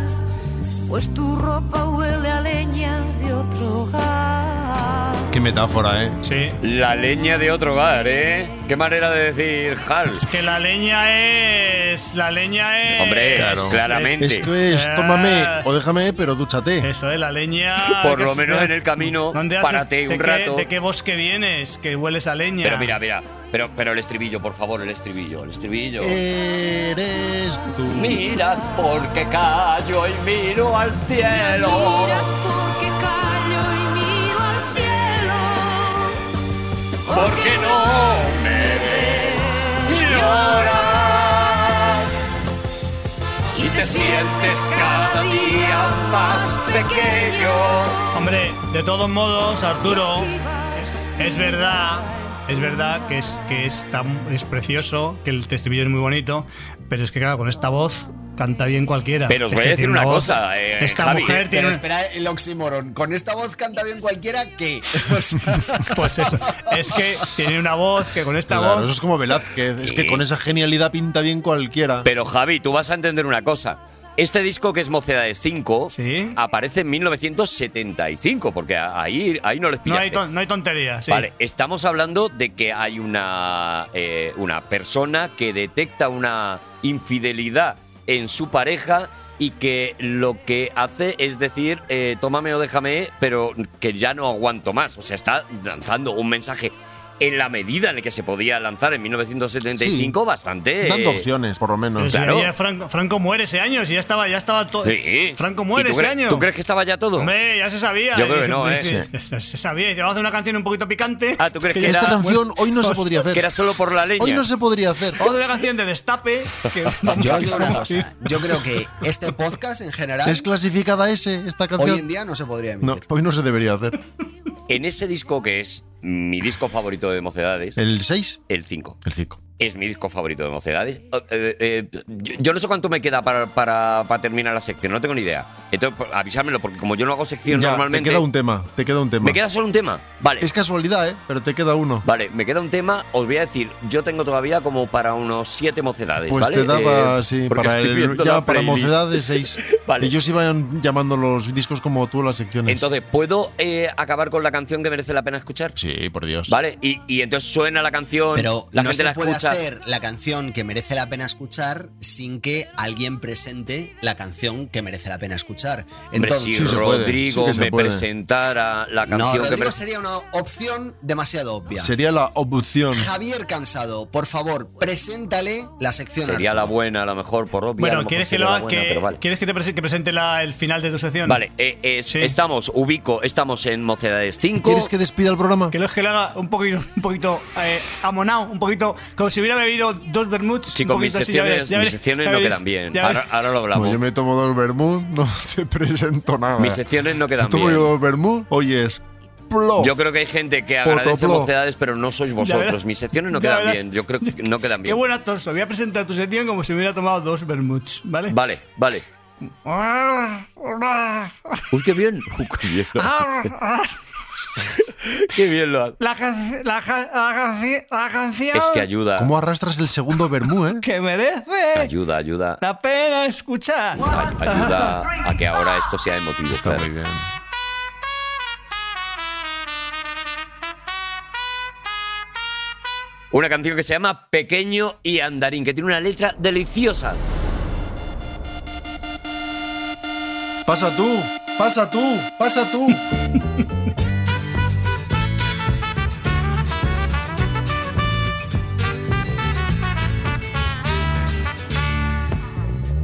pues tu ropa huele a leña de otro hogar. Qué metáfora, ¿eh? Sí. La leña de otro hogar, ¿eh? Qué manera de decir Hal. Que la leña es. La leña es. Hombre, Claro. claramente. Es que es, tómame o déjame, pero dúchate. Eso Ah. es la leña. Por que lo es- menos en el camino, ¿Dónde haces- párate de un qué- rato. ¿De qué bosque vienes? Que hueles a leña. Pero mira, mira. Pero, pero el estribillo, por favor, el estribillo, el estribillo. Eh. Eres tú. Miras porque callo y miro al cielo. Miras porque callo y miro al cielo. Porque no me ves llorar. Y te sientes cada día más pequeño. Hombre, de todos modos, Arturo, es verdad, es verdad que es, que es, tan, es precioso, que el estribillo es muy bonito, pero es que claro, con esta voz canta bien cualquiera. Pero os Es voy a que decir tiene una voz- cosa, eh, esta Javi. mujer tiene... Pero espera el oxímoron. Con esta voz canta bien cualquiera que. *laughs* O sea, Pues eso, es que tiene una voz que con esta Claro, voz... eso es como Velázquez. Es Sí. que con esa genialidad pinta bien cualquiera. Pero Javi, tú vas a entender una cosa. Este disco que es Mocedades 5 Sí. aparece en 1975, porque a- ahí, ahí no les No hay, pillaste. ton- no hay tontería, sí. Vale, estamos hablando de que hay una, eh, una persona que detecta una infidelidad en su pareja y que lo que hace es decir, eh, tómame o déjame, pero que ya no aguanto más. O sea, está lanzando un mensaje en la medida en la que se podía lanzar en 1975 bastante... Dando eh, opciones, por lo Pero menos. si claro. había Franco, Franco muere ese año, si ya estaba, ya estaba todo. Sí. Franco ¿Y muere tú ese cre- año. ¿Tú crees que estaba ya todo? Hombre, ya se sabía. Yo creo que no, ¿eh? Sí, Se, se sabía. Y te vamos a hacer una canción un poquito picante. Ah, ¿tú crees que ya era- Esta está- canción hoy no se podría Que era hacer. solo por la leña. Hoy no se podría hacer. Vamos a hacer una canción de destape. *laughs* que- yo os digo una cosa. Yo creo que este podcast en general. ¿Es clasificada S esta Hoy en canción? día no se podría No, emitir. hoy no se debería hacer. En ese disco que es mi disco favorito de Mocedades, ¿El 6? el 5. El 5. Es mi disco favorito de Mocedades. Eh, eh, eh, yo, yo no sé cuánto me queda para, para- para terminar la sección, no tengo ni idea. Entonces, por- avísamelo, porque como yo no hago sección Ya, te normalmente. queda un tema. Te queda un tema. ¿Me queda solo un tema? Vale. Es casualidad, ¿eh? Pero te queda uno. Vale, me queda un tema, os voy a decir, yo tengo todavía como para unos siete mocedades, Pues ¿vale? te daba, Eh, sí, porque para, estoy el- viendo ya la para playlist. mocedad de 6. *laughs* Vale. Ellos iban llamando los discos como tú las secciones. Entonces, ¿puedo eh, acabar con la canción que merece la pena escuchar? sí, por Dios. Vale, y, y entonces suena la canción, Pero la no gente se la puede escucha. hacer la canción que merece la pena escuchar sin que alguien presente la canción que merece la pena escuchar. Hombre, Entonces, si sí se puede, Rodrigo sí que se me puede. presentara la no, canción que Rodrigo pre- sería una opción demasiado obvia. Sería la opción. Javier Cansado, por favor, preséntale la sección. sería la Arturo. buena, a lo mejor, por obvia. a Bueno, mejor ¿quieres que sería lo la haga? buena, que- pero vale. ¿Quieres que te prese- que presente la- el final de tu sección? Vale, eh, es- Sí. estamos, ubico, estamos en Mocedades 5. ¿Quieres que despida el programa? Que lo que lo haga un poquito, un poquito eh, amonado, un poquito como si hubiera bebido dos vermuts. Chicos, un mis poquito así, ya secciones, verás, ya mis verás, secciones ya no verás, quedan bien. ya Ahora, verás. ahora lo No, hablamos. yo me tomo dos vermut, no *laughs* te presento nada. Mis secciones no quedan Yo tomo bien. yo dos vermut, oye, es plof. Yo creo que hay gente que agradece Potoplo. mocedades, pero no sois vosotros. verás. Mis secciones no Ya quedan verás. bien. Yo creo que no quedan Qué bien. buen actor soy. Voy a presentar tu sección como si hubiera tomado dos vermuts, ¿vale? Vale, vale. Uy, qué bien. Uy, qué bien lo Ah. hace. Qué bien lo hace. La, can- la, ca- la canci- la canción Es que ayuda. ¿Cómo arrastras el segundo vermú, *laughs* eh? que merece Ayuda, ayuda. la pena escuchar. Ay- Ayuda a que ahora esto sea emotivo. Está claro. muy bien. Una canción que se llama Pequeño y Andarín, que tiene una letra deliciosa. Pasa tú, pasa tú, pasa tú.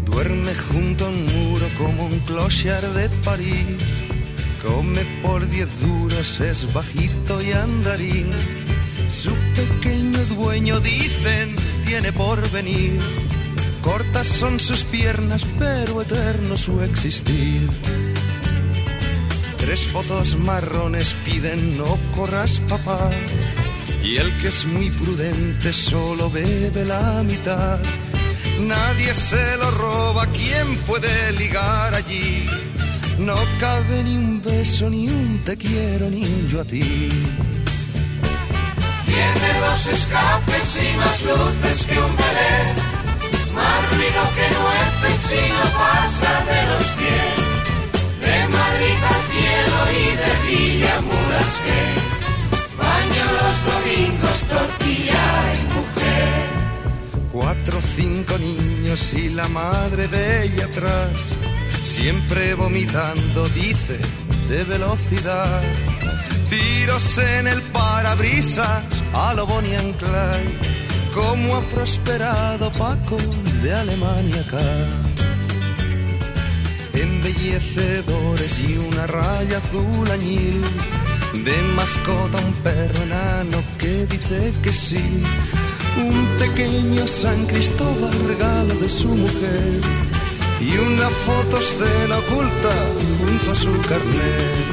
Duerme junto a un muro como un clochard de París. Come por diez duros, es bajito y andarín. Su pequeño dueño, dicen, tiene porvenir. Cortas son sus piernas, pero eterno su existir. Tres fotos marrones piden no corras papá. Y el que es muy prudente solo bebe la mitad. Nadie se lo roba, ¿quién puede ligar allí? No cabe ni un beso, ni un te quiero, ni un yo a ti. Tiene dos escapes y más luces que un ballet. Más ruido que nueces y no pasa de los pies. De Madrid al cielo y de Villa a Murasqué. Baño los domingos, tortilla y mujer. Cuatro o cinco niños y la madre de ella atrás, siempre vomitando, dice, de velocidad. Tiros en el parabrisas, a lo Bonnie and Clyde, como ha prosperado Paco de Alemania acá. Embellecedores y una raya azul añil, de mascota un perro enano que dice que sí. Un pequeño San Cristóbal regalo de su mujer y una fotoscena oculta junto a su carnet.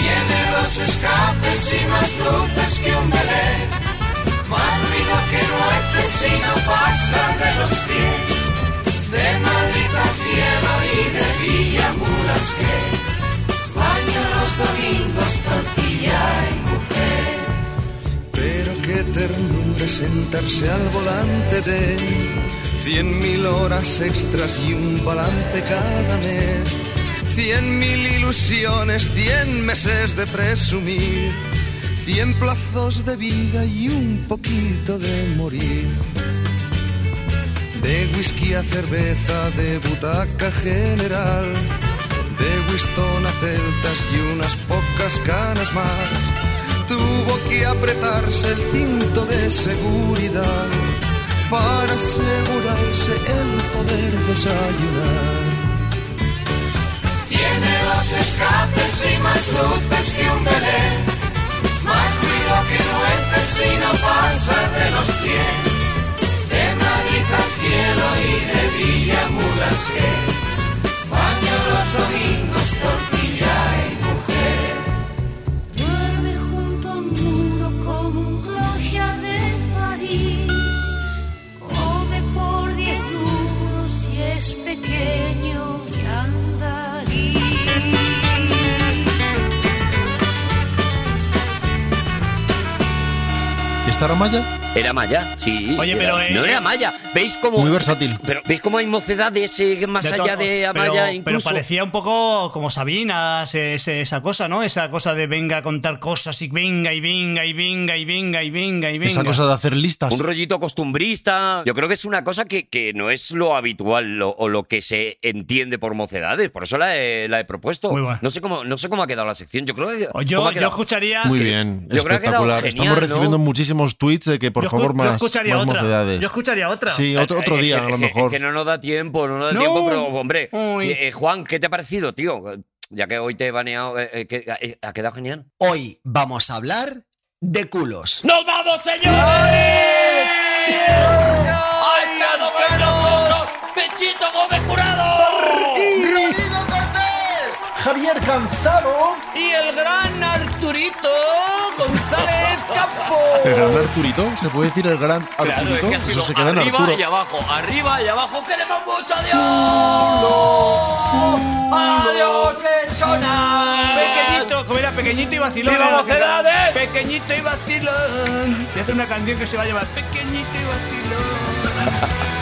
Tiene dos escapes y más luces que un Belén. Más ruido que nueces y no pasa de los pies. De Madrid al cielo y de Villa a Mulasqué. Baño los domingos, tortilla y mujer. Pero qué ternura sentarse al volante de cien mil horas extras y un balance cada mes. Cien mil ilusiones, cien meses de presumir, cien plazos de vida y un poquito de morir. De whisky a cerveza, de butaca general, de Winston a celtas y unas pocas canas más. Tuvo que apretarse el cinto de seguridad para asegurarse el poder desayunar. Tiene dos escapes y más luces que un Belén. Más ruido que nueces y no pasa de los pies. De Madrid al cielo y de Villa a Mulasqué. Baño los domingos, tortilla y mujer. Duerme junto a un muro como un clochard de París. Come por diez duros y es pequeño y andarín. ¿Esta era Maya? Era Maya, sí. Oye, era- pero, eh, No era Maya. ¿Veis cómo. Muy versátil. Pero ¿veis cómo hay mocedades eh, más De to- allá de Amaya pero, incluso? pero parecía un poco como Sabina, ese- ese- esa cosa, ¿no? Esa cosa de venga a contar cosas y venga y venga y venga y venga y venga y venga. Esa cosa de hacer listas. Un rollito costumbrista. Yo creo que es una cosa que, que no es lo habitual lo- o lo que se entiende por mocedades. Por eso la he, la he propuesto. Muy buena. No sé cómo no sé cómo ha quedado la sección. Yo creo que. O yo- ¿cómo ha yo quedado? escucharía- Es Muy que bien, Yo creo que ha quedado espectacular. genial, Estamos ¿no? recibiendo muchísimos tweets de que por Yo escu- favor yo más, escucharía más otra. mocedades. Yo escucharía otra. Sí, otro, otro Es que- día a eh, es lo que- mejor. Es que no nos da tiempo, no nos da No. tiempo, pero hombre. Uy. eh, eh, Juan, ¿qué te ha parecido, tío? Ya que hoy te he baneado, eh, eh, que- eh, ha quedado genial. Hoy vamos a hablar de culos. ¡Nos vamos, señores! ¡Ha estado con nosotros Pechito Gómez Jurado! ¡Rodrigo Cortés! Javier Cansado. Y el gran Arturito *laughs* González Campo. El gran Arturito, ¿se puede decir el gran Arturito? Claro, es que ha Eso sido se queda en arriba Arturo. y abajo, arriba y abajo. ¡Queremos mucho! ¡Adiós! ¡Adiós, personas! Pequeñito, como era pequeñito y vacilón. ¡Viva era lo que- Mocedades! Pequeñito y vacilón. Y hacer una canción que se va a llamar Pequeñito y vacilón.